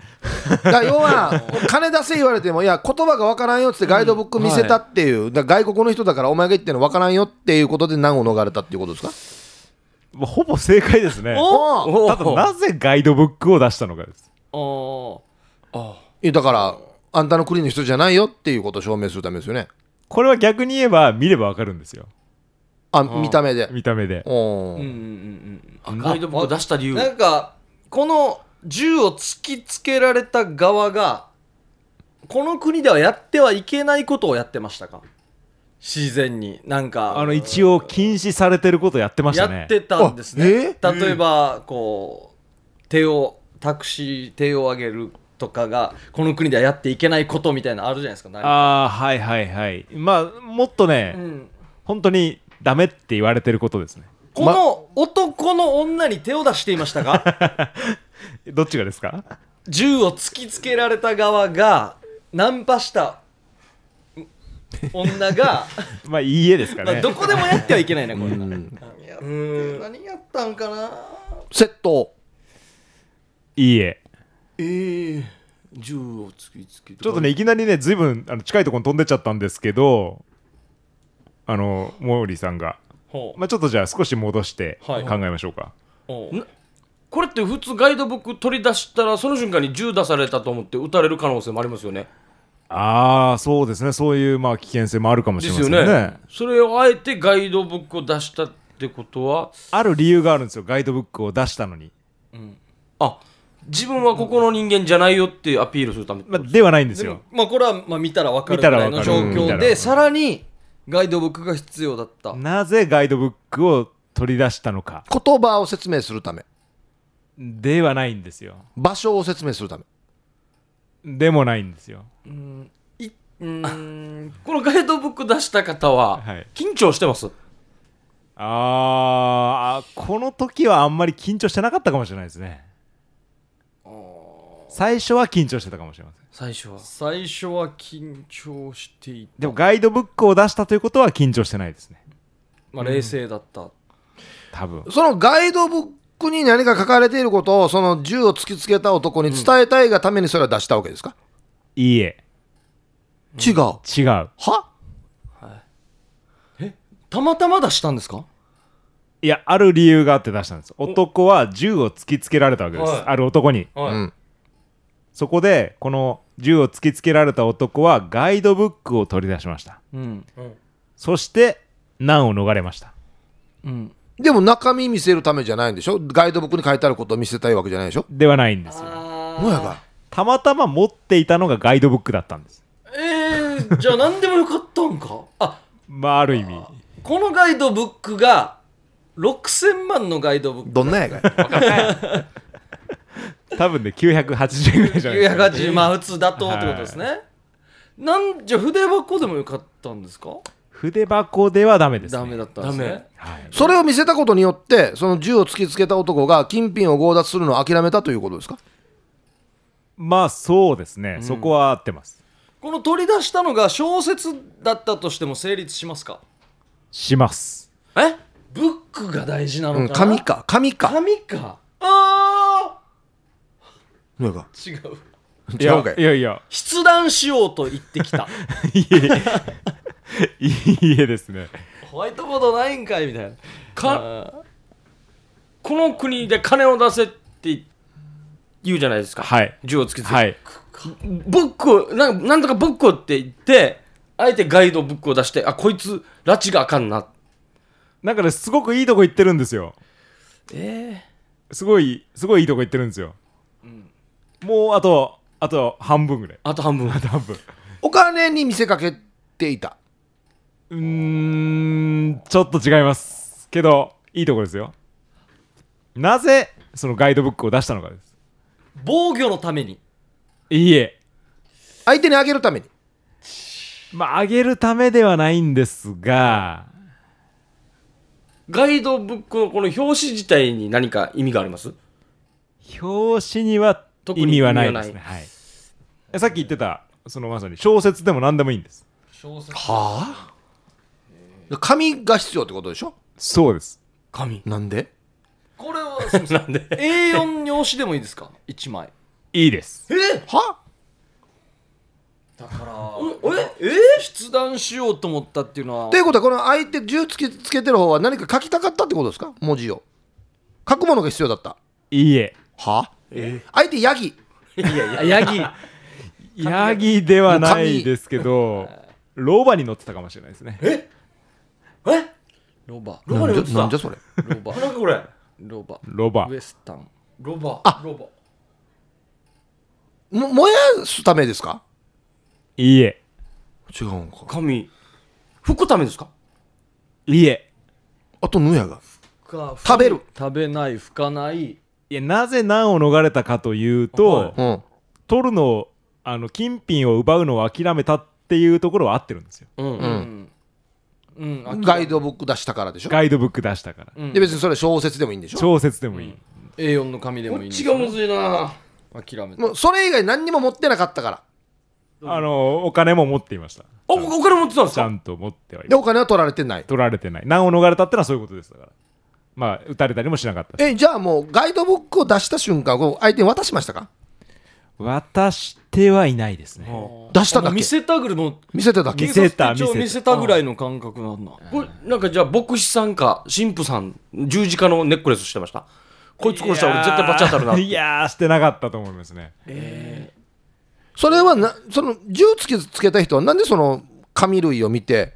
Speaker 3: だから要は金出せ言われてもいや言葉が分からんよっつってガイドブック見せたっていう、だから外国の人だからお前が言ってるの分からんよっていうことで難を逃れたっていうことですか
Speaker 5: まあほぼ正解ですね
Speaker 3: おお
Speaker 2: お
Speaker 5: ただなぜガイドブックを出したのかです
Speaker 1: あ
Speaker 3: いやだからあんたの国の人じゃないよっていうことを証明するためですよね
Speaker 5: これは逆に言えば見ればわかるんですよ
Speaker 3: あ見た目で
Speaker 5: 見た目で
Speaker 3: おー
Speaker 1: ーうんうんうんうん
Speaker 2: ガイドブックを出した理由
Speaker 1: なんかこの銃を突きつけられた側がこの国ではやってはいけないことをやってましたか自然になんか
Speaker 5: あの一応禁止されてることやってましたね
Speaker 1: やってたんですね、
Speaker 3: あ
Speaker 1: 例えばこう手をタクシー手を上げるとかがこの国ではやっていけないことみたいなのあるじゃないですかなんか
Speaker 5: ああはいはいはいまあもっとね、
Speaker 1: うん
Speaker 5: 本当にダメって言われてることですね
Speaker 1: この男の女に手を出していました か
Speaker 5: どっちがで すか
Speaker 1: 銃を突きつけられた側がナンパしたん女が、
Speaker 5: まあいいえですか
Speaker 1: まあ、
Speaker 5: ね
Speaker 1: どこでもやってはいけないねこれがね
Speaker 3: う
Speaker 1: 何
Speaker 3: ん
Speaker 1: やって何やったんかな
Speaker 3: 窃盗
Speaker 5: いいえ
Speaker 2: ええ銃を突きつけて
Speaker 5: ちょっとねいきなりね随分あの近いところに飛んでっちゃったんですけどあの毛利さんが、
Speaker 1: ほう
Speaker 5: まあ、ちょっとじゃあ少し戻して考
Speaker 1: は
Speaker 5: え
Speaker 1: い
Speaker 5: ましょうか、
Speaker 1: ほう
Speaker 2: なこれって普通ガイドブック取り出したらその瞬間に銃出されたと思って撃たれる可能性もありますよね
Speaker 5: ああそうですねそういうまあ危険性もあるかもし
Speaker 2: で
Speaker 5: れますせ
Speaker 2: よ
Speaker 5: ん
Speaker 2: ね
Speaker 5: ね
Speaker 2: それをあえてガイドブックを出したってことは
Speaker 5: ある理由があるんですよガイドブックを出したのに、
Speaker 2: あ自分はここの人間じゃないよっていうアピールするためってこ
Speaker 5: まあ、
Speaker 2: と
Speaker 5: ではないんです
Speaker 1: で
Speaker 5: よ
Speaker 1: もまあこれはまあ見たら分かる
Speaker 5: 見
Speaker 1: ぐ
Speaker 5: たら
Speaker 1: らい
Speaker 5: 分
Speaker 1: の
Speaker 5: かる
Speaker 1: 状
Speaker 5: うん見た
Speaker 1: 況
Speaker 5: ら分か
Speaker 1: で
Speaker 5: る
Speaker 1: さらにガイドブックが必要だった
Speaker 5: なぜガイドブックを取り出したのか
Speaker 3: 言葉を説明するため
Speaker 5: ではないんですよ
Speaker 3: 場所を説明するため
Speaker 5: でもないんですよ
Speaker 1: うーん
Speaker 2: このガイドブック出した方は
Speaker 5: はい
Speaker 2: 緊張してます、
Speaker 5: あーあこの時はあんまり緊張してなかったかもしれないですね最初は緊張してたかもしれません
Speaker 2: 最初は
Speaker 1: 最初は緊張してい
Speaker 5: でもガイドブックを出したということは緊張してないですね
Speaker 1: まあ冷静だった、
Speaker 5: 多分
Speaker 3: そのガイドブックに何か書かれていることをその銃を突きつけた男に伝えたいがためにそれは出したわけですか、
Speaker 5: いいえ
Speaker 3: 違うは
Speaker 5: 違う
Speaker 1: たまたま出したんですか
Speaker 5: いやある理由があって出したんです男は銃を突きつけられたわけです、
Speaker 2: はい
Speaker 5: ある男に
Speaker 2: はい
Speaker 3: うん
Speaker 5: そこでこの銃を突きつけられた男はガイドブックを取り出しました
Speaker 1: うん
Speaker 5: そして難を逃れました
Speaker 1: うん
Speaker 3: でも中身見せるためじゃないんでしょガイドブックに書いてあることを見せたいわけじゃないでしょ
Speaker 5: ではないんですよ
Speaker 3: もやが
Speaker 5: たまたま持っていたのがガイドブックだったんです
Speaker 1: えー、じゃあ何でもよかったんかあ
Speaker 5: まあある意味
Speaker 1: このガイドブックが6000万のガイドブック
Speaker 3: どんなやがい
Speaker 5: 多分ね980ぐらいじゃないですか、
Speaker 1: 980まあ普通妥当ってことですね、なんじゃ筆箱でもよかったんですか
Speaker 5: 筆箱ではダメです、ね、
Speaker 1: ダメだったんです
Speaker 2: ダメ
Speaker 1: ね
Speaker 5: はい、
Speaker 3: それを見せたことによってその銃を突きつけた男が金品を強奪するのを諦めたということですか
Speaker 5: まあそうですね、そこは合ってます
Speaker 1: この取り出したのが小説だったとしても成立しますか
Speaker 5: します
Speaker 2: え
Speaker 1: ブックが大事な
Speaker 3: う
Speaker 1: の
Speaker 3: ん
Speaker 1: かな、
Speaker 3: 紙か紙か
Speaker 1: 紙かあ
Speaker 3: なんか
Speaker 1: ー違う
Speaker 3: 違うかい
Speaker 5: いやいや
Speaker 1: 筆談しようと言ってきた
Speaker 5: いやいいえですね
Speaker 1: ホワイトボードないんかいみたいな
Speaker 2: かこの国で金を出せって言うじゃないですか、
Speaker 5: はい
Speaker 2: 銃を突きつけて、
Speaker 5: はい
Speaker 2: ブックをなんなんとかブックをって言ってあえてガイドブックを出してあこいつ拉致があかんな
Speaker 5: なんかねすごくいいとこ行ってるんですよ
Speaker 2: え
Speaker 5: すごいすごいいいとこ行ってるんですよ、もうあとあと半分ぐらい
Speaker 2: ー、あと半分
Speaker 5: あと半分
Speaker 3: お金に見せかけていた
Speaker 5: うーんちょっと違いますけどいいとこですよなぜそのガイドブックを出したのかです
Speaker 1: 防御のために
Speaker 5: いいえ
Speaker 3: 相手にあげるために
Speaker 5: まああげるためではないんですが
Speaker 2: ガイドブックのこの表紙自体に何か意味があります
Speaker 5: 表紙には
Speaker 2: 特に
Speaker 5: 意味はないですねはいえさっき言ってたそのまさに小説でも何でもいいんです
Speaker 1: 小説
Speaker 3: はあ紙が必要ってことでしょ
Speaker 5: そうです
Speaker 2: 紙
Speaker 3: なんで
Speaker 1: これはすいません
Speaker 2: なんで
Speaker 1: A4 用紙でもいいですか1枚
Speaker 5: いいです
Speaker 3: は
Speaker 1: だからええ筆談しようと思ったっていうのは
Speaker 3: ということはこの相手銃突きつけてる方は何か書きたかったってことですか文字を書くものが必要だった
Speaker 5: いいえ
Speaker 3: は相手ヤギ
Speaker 1: あヤギ
Speaker 5: ヤギではないですけどロバに乗ってたかもしれないですね
Speaker 2: え
Speaker 1: ロバ
Speaker 2: ロバ
Speaker 3: な
Speaker 2: に乗
Speaker 3: ん
Speaker 2: って
Speaker 3: じ
Speaker 2: た
Speaker 3: ゃなんじゃそれ
Speaker 1: ロバ
Speaker 2: なんかこれ
Speaker 1: ロバ
Speaker 5: ロバ
Speaker 1: ウエスタン
Speaker 2: ロバ
Speaker 3: あ
Speaker 2: ロバ
Speaker 3: も燃やすためですか
Speaker 5: いいえ
Speaker 3: 違うんか
Speaker 2: 紙拭くためですか
Speaker 5: いいえ
Speaker 3: あとヌヤが
Speaker 1: か
Speaker 3: 食べる
Speaker 1: 食べない拭かない
Speaker 5: いやなぜ難を逃れたかというと、
Speaker 2: はい
Speaker 3: うん
Speaker 5: 取るのをあの金品を奪うのを諦めたっていうところは合ってるんですよ
Speaker 2: うん、
Speaker 3: う
Speaker 1: うんんうんあ
Speaker 3: ガイドブック出したからでしょ
Speaker 5: ガイドブック出したから、
Speaker 1: うん
Speaker 3: で別にそれ小説でもいいんでしょ
Speaker 5: 小説でもいい、
Speaker 1: A4 の紙で
Speaker 2: こ
Speaker 1: もいい
Speaker 2: っ
Speaker 1: んで
Speaker 2: ち
Speaker 1: す
Speaker 2: が
Speaker 1: よ
Speaker 2: むずいな
Speaker 1: 諦めた
Speaker 3: もうそれ以外何にも持ってなかったから
Speaker 5: あのお金も持っていました
Speaker 2: おお金持ってたんです
Speaker 5: ちゃ
Speaker 2: か
Speaker 5: んと持ってはい
Speaker 3: で
Speaker 5: ま
Speaker 3: お金は取られてない
Speaker 5: 取られてない難を逃れたってのはそういうことですだからまあ撃たれたりもしなかったし
Speaker 3: えじゃあもうガイドブックを出した瞬間こう相手に渡しましたか
Speaker 5: 渡してはいないですね
Speaker 3: 出しただけ
Speaker 1: 見せたぐらいの
Speaker 3: 見せてだけ
Speaker 5: 見せた
Speaker 1: 警察手帳
Speaker 5: 見
Speaker 1: 見
Speaker 5: せた
Speaker 1: せたぐらいの感覚なんだ
Speaker 2: これなんかじゃあ牧師さんか神父さん十字架のネックレスしてましたこいつ殺したら俺絶対バチ当たるなって
Speaker 5: いやーしてなかったと思いますね
Speaker 3: それはなその銃突きつけた人はなんでその紙類を見て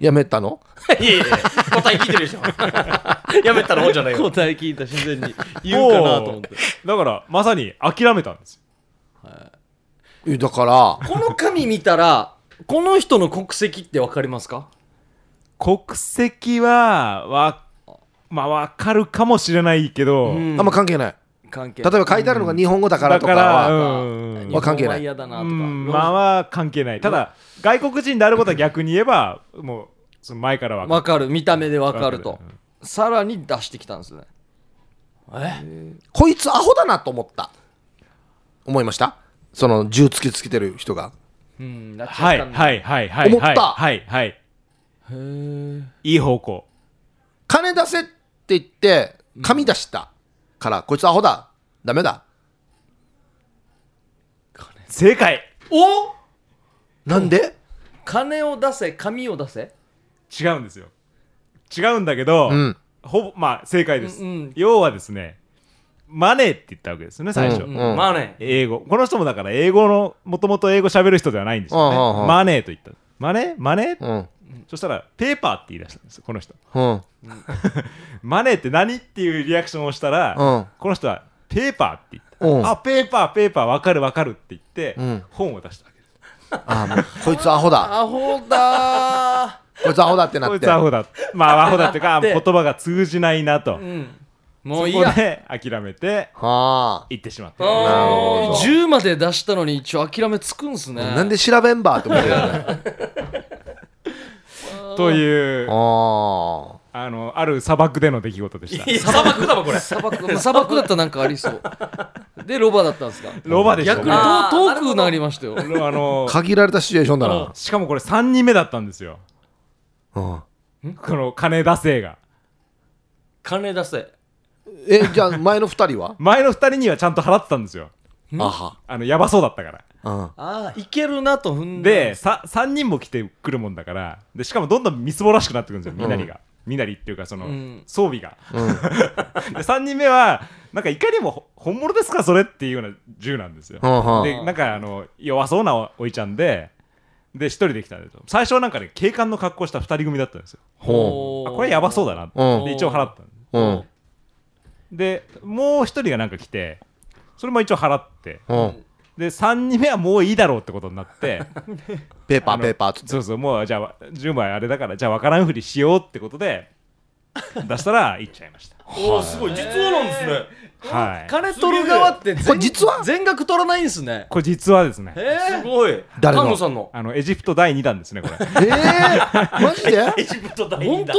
Speaker 3: やめたの
Speaker 2: いやいやいや答え聞いてるでしょやめたらほうじゃないよ
Speaker 1: 答え聞いた自然に言うかなと思って
Speaker 5: もうだからまさに諦めたんですよ
Speaker 3: えだから
Speaker 1: この紙見たらこの人の国籍って分かりますか
Speaker 5: 国籍はわまあわかるかもしれないけど、
Speaker 3: あんま関係ない
Speaker 1: 関係
Speaker 3: 例えば書いてあるのが日本語だからとか
Speaker 5: う
Speaker 3: は
Speaker 5: ん
Speaker 1: 日
Speaker 3: ま
Speaker 1: 本
Speaker 3: あ関係ない
Speaker 1: は嫌だなと
Speaker 5: う
Speaker 1: か
Speaker 5: んまあは関係ないただ外国人であることは逆に言えばもうその前からは
Speaker 1: 分かる見た目で分かると
Speaker 5: わかる
Speaker 1: さらに出してきたんですねえ
Speaker 3: こいつアホだなと思った思いましたその銃突きつけてる人が
Speaker 1: うんなっちゃ
Speaker 5: は
Speaker 1: っ
Speaker 5: い
Speaker 1: たんだ
Speaker 5: はいはいはい
Speaker 3: 思った
Speaker 5: はいはいはいいい方向
Speaker 3: 金出せって言って紙出したからこいつアホだダメだ
Speaker 5: 正解
Speaker 1: お
Speaker 3: なんで
Speaker 1: 金を出せ紙を出せ
Speaker 5: 違うんですよ違うんだけど、
Speaker 3: うん
Speaker 5: ほぼまあ正解です、
Speaker 1: うんうん
Speaker 5: 要はですねマネーって言ったわけですよね最初、
Speaker 3: うん
Speaker 2: うんまあね
Speaker 5: 英語この人もだから英語のもともと英語喋る人ではないんですよね、
Speaker 3: うんうんうん
Speaker 5: マネーと言ったマネーマネー、
Speaker 3: うん
Speaker 5: そしたらペーパーって言い出したんですよこの人
Speaker 3: うん
Speaker 5: マネーって何っていうリアクションをしたら、
Speaker 3: うん
Speaker 5: この人はペーパーって言って、
Speaker 3: うん
Speaker 5: あペーパーペーパーわかるわかるって言って、
Speaker 3: ん
Speaker 5: 本を出したわけです
Speaker 3: あもうこいつアホだ
Speaker 1: アホだ
Speaker 3: こいつアホだってな
Speaker 5: こ
Speaker 3: っ
Speaker 5: い
Speaker 3: て
Speaker 5: つアホだま あアホだっていうか
Speaker 1: だって
Speaker 5: 言葉が通じないなと、
Speaker 1: もういい
Speaker 5: ここ
Speaker 1: や
Speaker 5: で諦めて
Speaker 3: はあ
Speaker 5: 行ってしまった
Speaker 3: なるほど
Speaker 1: 10まで出したのに一応諦めつくんすね
Speaker 3: なんで調べんばって思ってたよね
Speaker 5: という
Speaker 3: あ
Speaker 5: あのある砂漠での出来事でした
Speaker 2: 砂漠だわこれ
Speaker 1: 砂漠砂漠だったらなんかありそうでロバだったんですか
Speaker 5: ロバでした
Speaker 1: 逆に
Speaker 5: ね
Speaker 2: あー
Speaker 1: 遠遠くなりましたよ
Speaker 5: あの
Speaker 3: あ限られたシチュエーションだな
Speaker 5: しかもこれ3人目だったんですよ
Speaker 3: うん
Speaker 5: この金出せが
Speaker 2: 金出せ
Speaker 3: えじゃあ前の二人は
Speaker 5: 前の2人にはちゃんと払ってたんですよ
Speaker 3: あ
Speaker 5: あのやばそうだったから
Speaker 3: は
Speaker 1: ああいけるなと踏ん
Speaker 5: でさ3人も来てくるもんだからでしかもどんどんみすぼらしくなってくるんですよみなりが、みなりっていうかその、
Speaker 1: ん
Speaker 5: 装備が、 で3人目はなんかいかにもほ本物ですかそれっていうような銃なんですよ、
Speaker 3: うんうん
Speaker 5: でなんかあの弱そうなおおいちゃんでで1人で来たんですよ最初はなんかね警官の格好した2人組だったんですよ
Speaker 3: ほ
Speaker 5: あこれやばそうだな
Speaker 3: うん
Speaker 5: で一応払ったの
Speaker 3: うんうん
Speaker 5: でもう1人がなんか来てそれも一応払って
Speaker 3: うん
Speaker 5: で3人目はもういいだろうってことになって
Speaker 3: ペーパ
Speaker 5: あ
Speaker 3: ー
Speaker 5: の
Speaker 3: ペーパーっつって
Speaker 5: そうそうもうじゃあ10枚あれだからじゃあ分からんふりしようってことで出したら行っちゃい ました
Speaker 2: おおすごい実はなんですね
Speaker 5: はい
Speaker 1: 金取る側って
Speaker 3: これ実は
Speaker 1: 全額取らないんですね
Speaker 5: これ実はですね
Speaker 1: え
Speaker 2: すごい
Speaker 3: 誰の
Speaker 2: 菅野さんの
Speaker 5: あのエジプト第2弾ですねこれ
Speaker 3: ええマジで
Speaker 2: エジプト第
Speaker 1: 本
Speaker 2: 2弾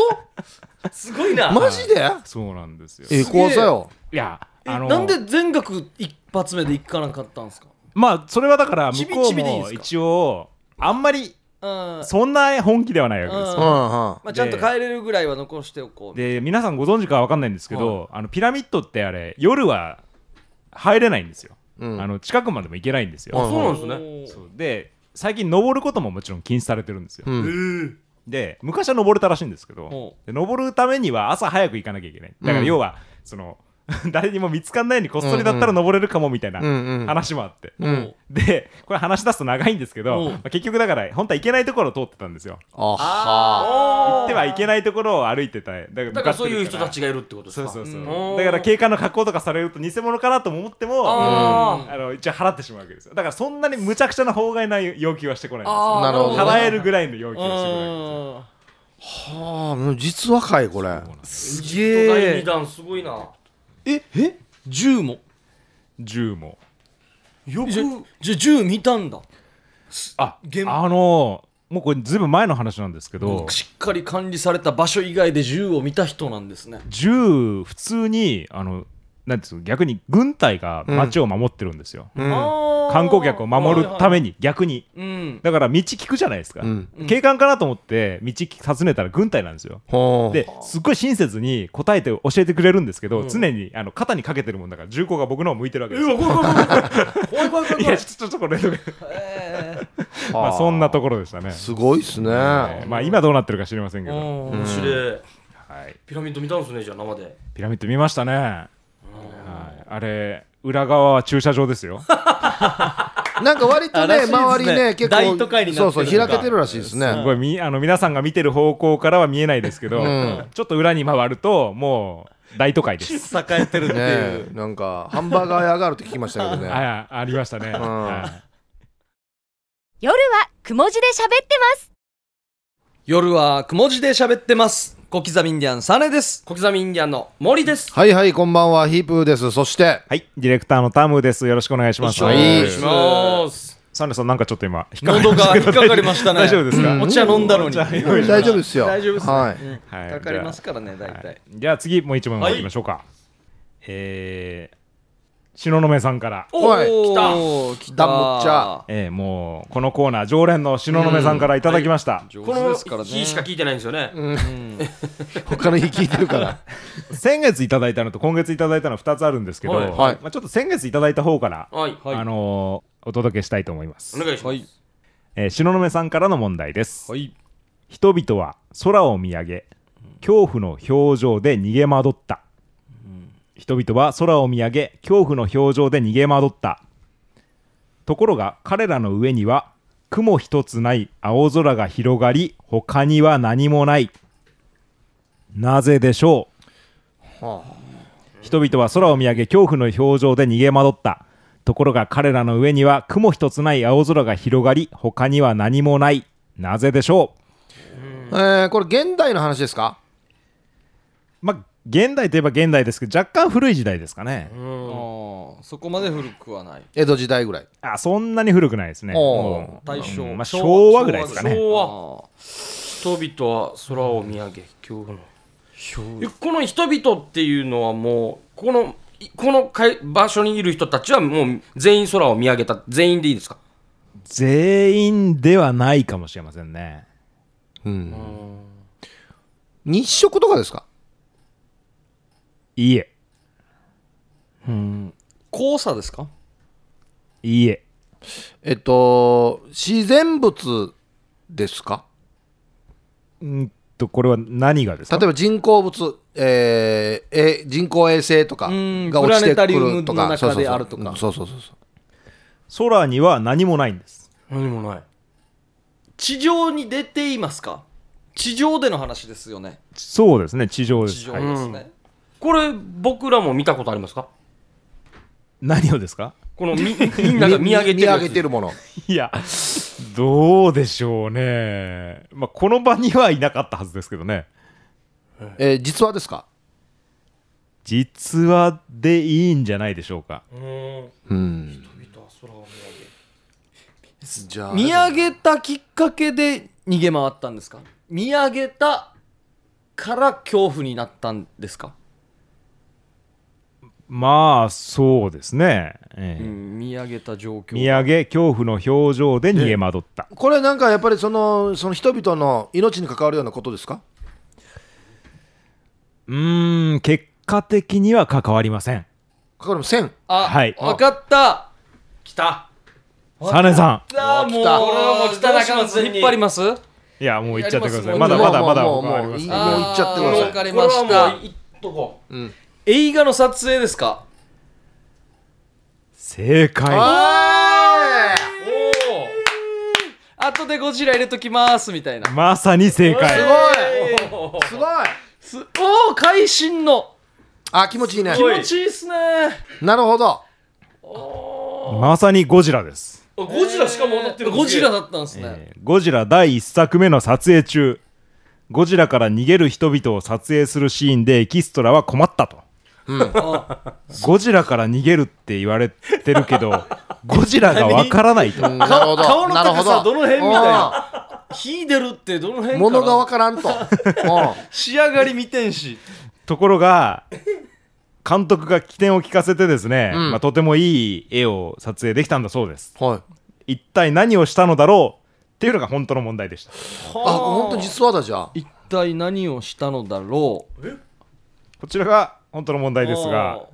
Speaker 1: 当
Speaker 2: すごいな
Speaker 3: マジで
Speaker 5: そうなんですよ
Speaker 3: え
Speaker 5: い
Speaker 3: え怖さよ
Speaker 5: やあの
Speaker 1: なんで全額一発目でいかなかったんですか
Speaker 5: まあそれはだから
Speaker 1: ち
Speaker 5: 向こ
Speaker 1: びち
Speaker 5: う
Speaker 1: びでいいんで
Speaker 5: も
Speaker 1: すか
Speaker 5: 一応あんまり
Speaker 1: うん
Speaker 5: そんな本気ではないわけです
Speaker 1: う
Speaker 5: よ
Speaker 1: ん
Speaker 3: うんうん
Speaker 1: まあ、ちゃんと帰れるぐらいは残しておこう
Speaker 5: で皆さんご存知かわかんないんですけど、あのピラミッドってあれ夜は入れないんですよ、
Speaker 3: うん
Speaker 5: あの近くまでも行けないんですよ、
Speaker 3: はい
Speaker 2: そうなんですね
Speaker 1: ね
Speaker 5: そうで最近登ることももちろん禁止されてるんですよ、
Speaker 3: うん
Speaker 5: で昔は登れたらしいんですけ
Speaker 1: ほ
Speaker 5: どで登るためには朝早く行かなきゃいけないだから要は、その 誰にも見つかんないようにこっそりだったら登れるかもみたいな
Speaker 3: うんうん
Speaker 5: 話もあって、
Speaker 3: うん
Speaker 5: でこれ話し出すと長いんですけ
Speaker 1: うん
Speaker 5: ど、まあ結局だから本当は行けないところを通ってたんですよ
Speaker 3: あは
Speaker 5: 行
Speaker 2: 行
Speaker 5: ってはいけないところを歩いてただから
Speaker 2: だからそういう人た
Speaker 5: が
Speaker 2: ちがいるってことです
Speaker 5: そう
Speaker 2: か
Speaker 5: そうそう、
Speaker 2: うん
Speaker 5: だから警官の格好とかされると偽物かなと思っても、
Speaker 2: あー
Speaker 5: あの一応払ってしまうわけですよだからそんなに無茶苦茶な法外な要求はしてこないんですよ
Speaker 2: あー
Speaker 3: なるほど
Speaker 5: 払えるぐらいの要求をしてこない
Speaker 1: あ
Speaker 3: はあ実はかいこれ
Speaker 1: す
Speaker 2: 第
Speaker 1: げ
Speaker 2: 2
Speaker 1: え
Speaker 2: 弾すごいな
Speaker 1: ええ銃も
Speaker 5: 銃も
Speaker 2: よ
Speaker 1: じゃじゃ銃見たんだ
Speaker 5: あ
Speaker 1: 現
Speaker 5: あのーもうこれずいぶん前の話なんですけど
Speaker 1: しっかり管理された場所以外で銃を見た人なんですね
Speaker 5: 銃普通にあのなんていうんですか逆に軍隊が街を守ってるんですよ、
Speaker 3: うん
Speaker 5: 観光客を守るために逆に
Speaker 1: うん
Speaker 5: だから道聞くじゃないですか、
Speaker 3: うん
Speaker 5: 警官かなと思って道尋ねたら軍隊なんですよ
Speaker 3: ほう
Speaker 5: ですっごい親切に答えて教えてくれるんですけど、常にあの肩にかけてるもんだから銃口が僕の方向いてるわけですよ。
Speaker 1: 怖い怖い怖い
Speaker 5: い
Speaker 1: 怖
Speaker 5: や
Speaker 1: い
Speaker 5: ちょっとちょっとこれまあそんなところでしたね。
Speaker 3: すごいっすね
Speaker 5: えーまあ今どうなってるか知りませんけど、
Speaker 1: うん
Speaker 2: 面白い
Speaker 5: はい、
Speaker 2: ピラミッド見たんですねじゃあ生で
Speaker 5: ピラミッド見ましたね。はい、あれ裏側は駐車場ですよ。す
Speaker 3: なんか割と
Speaker 1: あらしいで
Speaker 3: ね
Speaker 1: すね
Speaker 3: 周りね結
Speaker 1: 大都会
Speaker 3: 構
Speaker 1: にな
Speaker 3: そ
Speaker 1: っ
Speaker 3: う
Speaker 1: てる
Speaker 3: そ
Speaker 1: ん
Speaker 3: う
Speaker 1: だ
Speaker 3: 開けてるらしいですね
Speaker 5: ごいみあの皆さんが見てる方向からは見えないですけど、
Speaker 3: ん
Speaker 5: ちょっと裏に回るともう大都会です。
Speaker 1: 栄えてるっていう
Speaker 3: ねなんかハンバーガー屋があるって聞きましたけどね
Speaker 5: あありましたね。はい
Speaker 4: 夜はくも字で喋ってます。
Speaker 1: 夜はくも字で喋ってます小刻みインディアンサネです
Speaker 2: 小刻みインディアンの森です
Speaker 3: はいはいこんばんはヒープーですそして
Speaker 5: はい、ディレクターのタムです。よろしくお願いします。
Speaker 1: よ
Speaker 3: ろしくお願いし
Speaker 1: ます
Speaker 2: ます
Speaker 5: サンデさんなんかちょっと今引っかかり
Speaker 1: 喉
Speaker 5: まし
Speaker 1: が
Speaker 5: たけ
Speaker 1: 引っ
Speaker 5: ど
Speaker 1: かかりましたね
Speaker 5: 大丈夫ですか、
Speaker 1: お茶飲んだの
Speaker 5: お
Speaker 1: に
Speaker 5: 茶
Speaker 1: 大
Speaker 5: 用意しま
Speaker 3: 大
Speaker 5: した
Speaker 3: 丈夫ですよ
Speaker 1: 丈夫ですね
Speaker 3: はい
Speaker 1: うん
Speaker 5: はい
Speaker 1: かかりますからね大体
Speaker 5: じゃあ次もう一問いきましょうか、えー、東雲さんから、
Speaker 3: はい
Speaker 1: おー来た
Speaker 3: ダンボッチャ
Speaker 5: えー、もうこのコーナー常連の東雲さんからいただきました、
Speaker 1: 上
Speaker 2: こ
Speaker 1: 手
Speaker 2: の
Speaker 1: ですからね
Speaker 2: 日しか聞いてないんですよね
Speaker 3: 他の日聞いてるから
Speaker 5: 先月いただいたのと今月いただいたの2つあるんですけど、
Speaker 2: はい
Speaker 3: はい
Speaker 5: まあ、ちょっと先月いただいた方から、
Speaker 2: はい
Speaker 1: はい
Speaker 5: あのーお届けしたいと思います
Speaker 2: お、願いしま
Speaker 1: は
Speaker 2: す
Speaker 1: い
Speaker 5: えー、東雲さんからの問題です、
Speaker 1: はい
Speaker 5: 人々は空を見上げ恐怖の表情で逃げ惑った、人々は空を見上げ恐怖の表情で逃げ惑ったところが彼らの上には雲一つない青空が広がり他には何もないなぜでしょう、
Speaker 3: は
Speaker 5: 人々は空を見上げ恐怖の表情で逃げ惑ったところが彼らの上には雲一つない青空が広がり他には何もないなぜでしょう
Speaker 3: えーこれ現代の話ですか
Speaker 5: まあ、現代といえば現代ですけど、若干古い時代ですかね。
Speaker 1: あーそこまで古くはない
Speaker 3: 江戸時代ぐらい
Speaker 5: あ、そんなに古くないですね。
Speaker 3: おー
Speaker 5: もう
Speaker 1: 大正
Speaker 5: うんまあ、昭和ぐらいですか
Speaker 1: 昭
Speaker 5: ね。
Speaker 1: 和
Speaker 2: 人々は空を見上げ恐怖のえこの人々っていうのはもうこのいこのかい場所にいる人たちはもう全員空を見上げた全員でいいですか
Speaker 5: 全員ではないかもしれませんね
Speaker 3: 日食とかですか
Speaker 5: いいえ
Speaker 1: 交差ですか
Speaker 5: いいえ
Speaker 3: えっと自然物ですか
Speaker 5: うんとこれは何がです
Speaker 3: 例
Speaker 5: か
Speaker 3: えば人工物、えーえ人工衛星とか
Speaker 1: ん
Speaker 3: が落ち
Speaker 1: プラネ
Speaker 3: てくると
Speaker 1: タリウムの
Speaker 3: か
Speaker 1: 中であるとか
Speaker 3: そうそうそううんそうそうそうそう
Speaker 5: 空には何もないんです
Speaker 2: 何もない
Speaker 1: 地上に出ていますか地上での話ですよね
Speaker 5: そうですね地上で
Speaker 1: 地
Speaker 5: す、
Speaker 1: 上
Speaker 5: はい
Speaker 1: ですね、
Speaker 2: これ僕らも見たことありますか
Speaker 5: 何をですか
Speaker 2: このみみんなが見上げてる
Speaker 3: 見
Speaker 2: や
Speaker 3: 上
Speaker 2: つ
Speaker 3: げてるもの
Speaker 5: いやどうでしょうね、まあ、この場にはいなかったはずですけどね
Speaker 3: えー実話ですか
Speaker 5: 実はでいいんじゃないでしょうか
Speaker 2: うん
Speaker 3: うん
Speaker 2: 人々は空を
Speaker 3: じゃあ
Speaker 1: 見上げたきっかけで逃げ回ったんですか見上げたから恐怖になったんですか、
Speaker 5: まあそうですね、ええ
Speaker 1: うん、見上げた状況
Speaker 5: 見上げ恐怖の表情で逃げ惑った
Speaker 3: これなんかやっぱりそのその人々の命に関わるようなことですか
Speaker 5: うーん結果的には関わりません
Speaker 3: 関わる線
Speaker 1: あ、
Speaker 5: はい
Speaker 1: 分かった
Speaker 2: 来た
Speaker 5: サネさ
Speaker 1: あーもう
Speaker 3: 来た
Speaker 1: これはもう
Speaker 2: ど
Speaker 1: 汚
Speaker 2: うします
Speaker 1: 引っ張ります
Speaker 5: んいやもう行っちゃってくださ
Speaker 1: や
Speaker 5: い
Speaker 1: り
Speaker 5: ま
Speaker 1: ます
Speaker 5: だまだまだ
Speaker 3: もうも
Speaker 5: 他
Speaker 3: うも
Speaker 5: ありま
Speaker 3: うい
Speaker 5: す
Speaker 3: い
Speaker 5: ね
Speaker 3: もう行っちゃってくだ
Speaker 1: あー
Speaker 3: さ
Speaker 1: わ
Speaker 3: い
Speaker 1: かりました
Speaker 2: これはもういっとこう
Speaker 1: 映画の撮影ですか
Speaker 5: 正解
Speaker 2: おお
Speaker 1: 後でゴジラ入れときますみたいな
Speaker 5: まさに正
Speaker 3: す
Speaker 5: 解
Speaker 3: ごいすごい
Speaker 1: すおお会心の
Speaker 3: あ気持ちいいね
Speaker 1: 気持ちいいっすね
Speaker 3: なるほど
Speaker 5: まさにゴジラです、
Speaker 2: あゴジラしかも踊ってる
Speaker 1: ゴジラ
Speaker 2: だ
Speaker 1: だったんですね、
Speaker 5: えーゴジラ第1作目の撮影中ゴジラから逃げる人々を撮影するシーンでエキストラは困ったと、 ゴジラから逃げるって言われてるけどゴジラがわからないと
Speaker 3: うんなるほど
Speaker 1: 顔の
Speaker 3: なるほ
Speaker 1: 高さどの辺みたいな
Speaker 3: う
Speaker 1: 火出るってどの辺か
Speaker 3: ん
Speaker 1: ら
Speaker 3: 物がわからんとうん
Speaker 1: 仕上がり見てんし
Speaker 5: ところが監督が起点を聞かせてですね、
Speaker 3: うん
Speaker 5: まあ、とてもいい絵を撮影できたんだそうです
Speaker 3: はい。
Speaker 5: 一体何をしたのだろうっていうのが本当の問題でした
Speaker 3: あ、本当実話だじゃあ。
Speaker 1: 一体何をしたのだろう
Speaker 5: こちらが本当の問題ですが
Speaker 1: お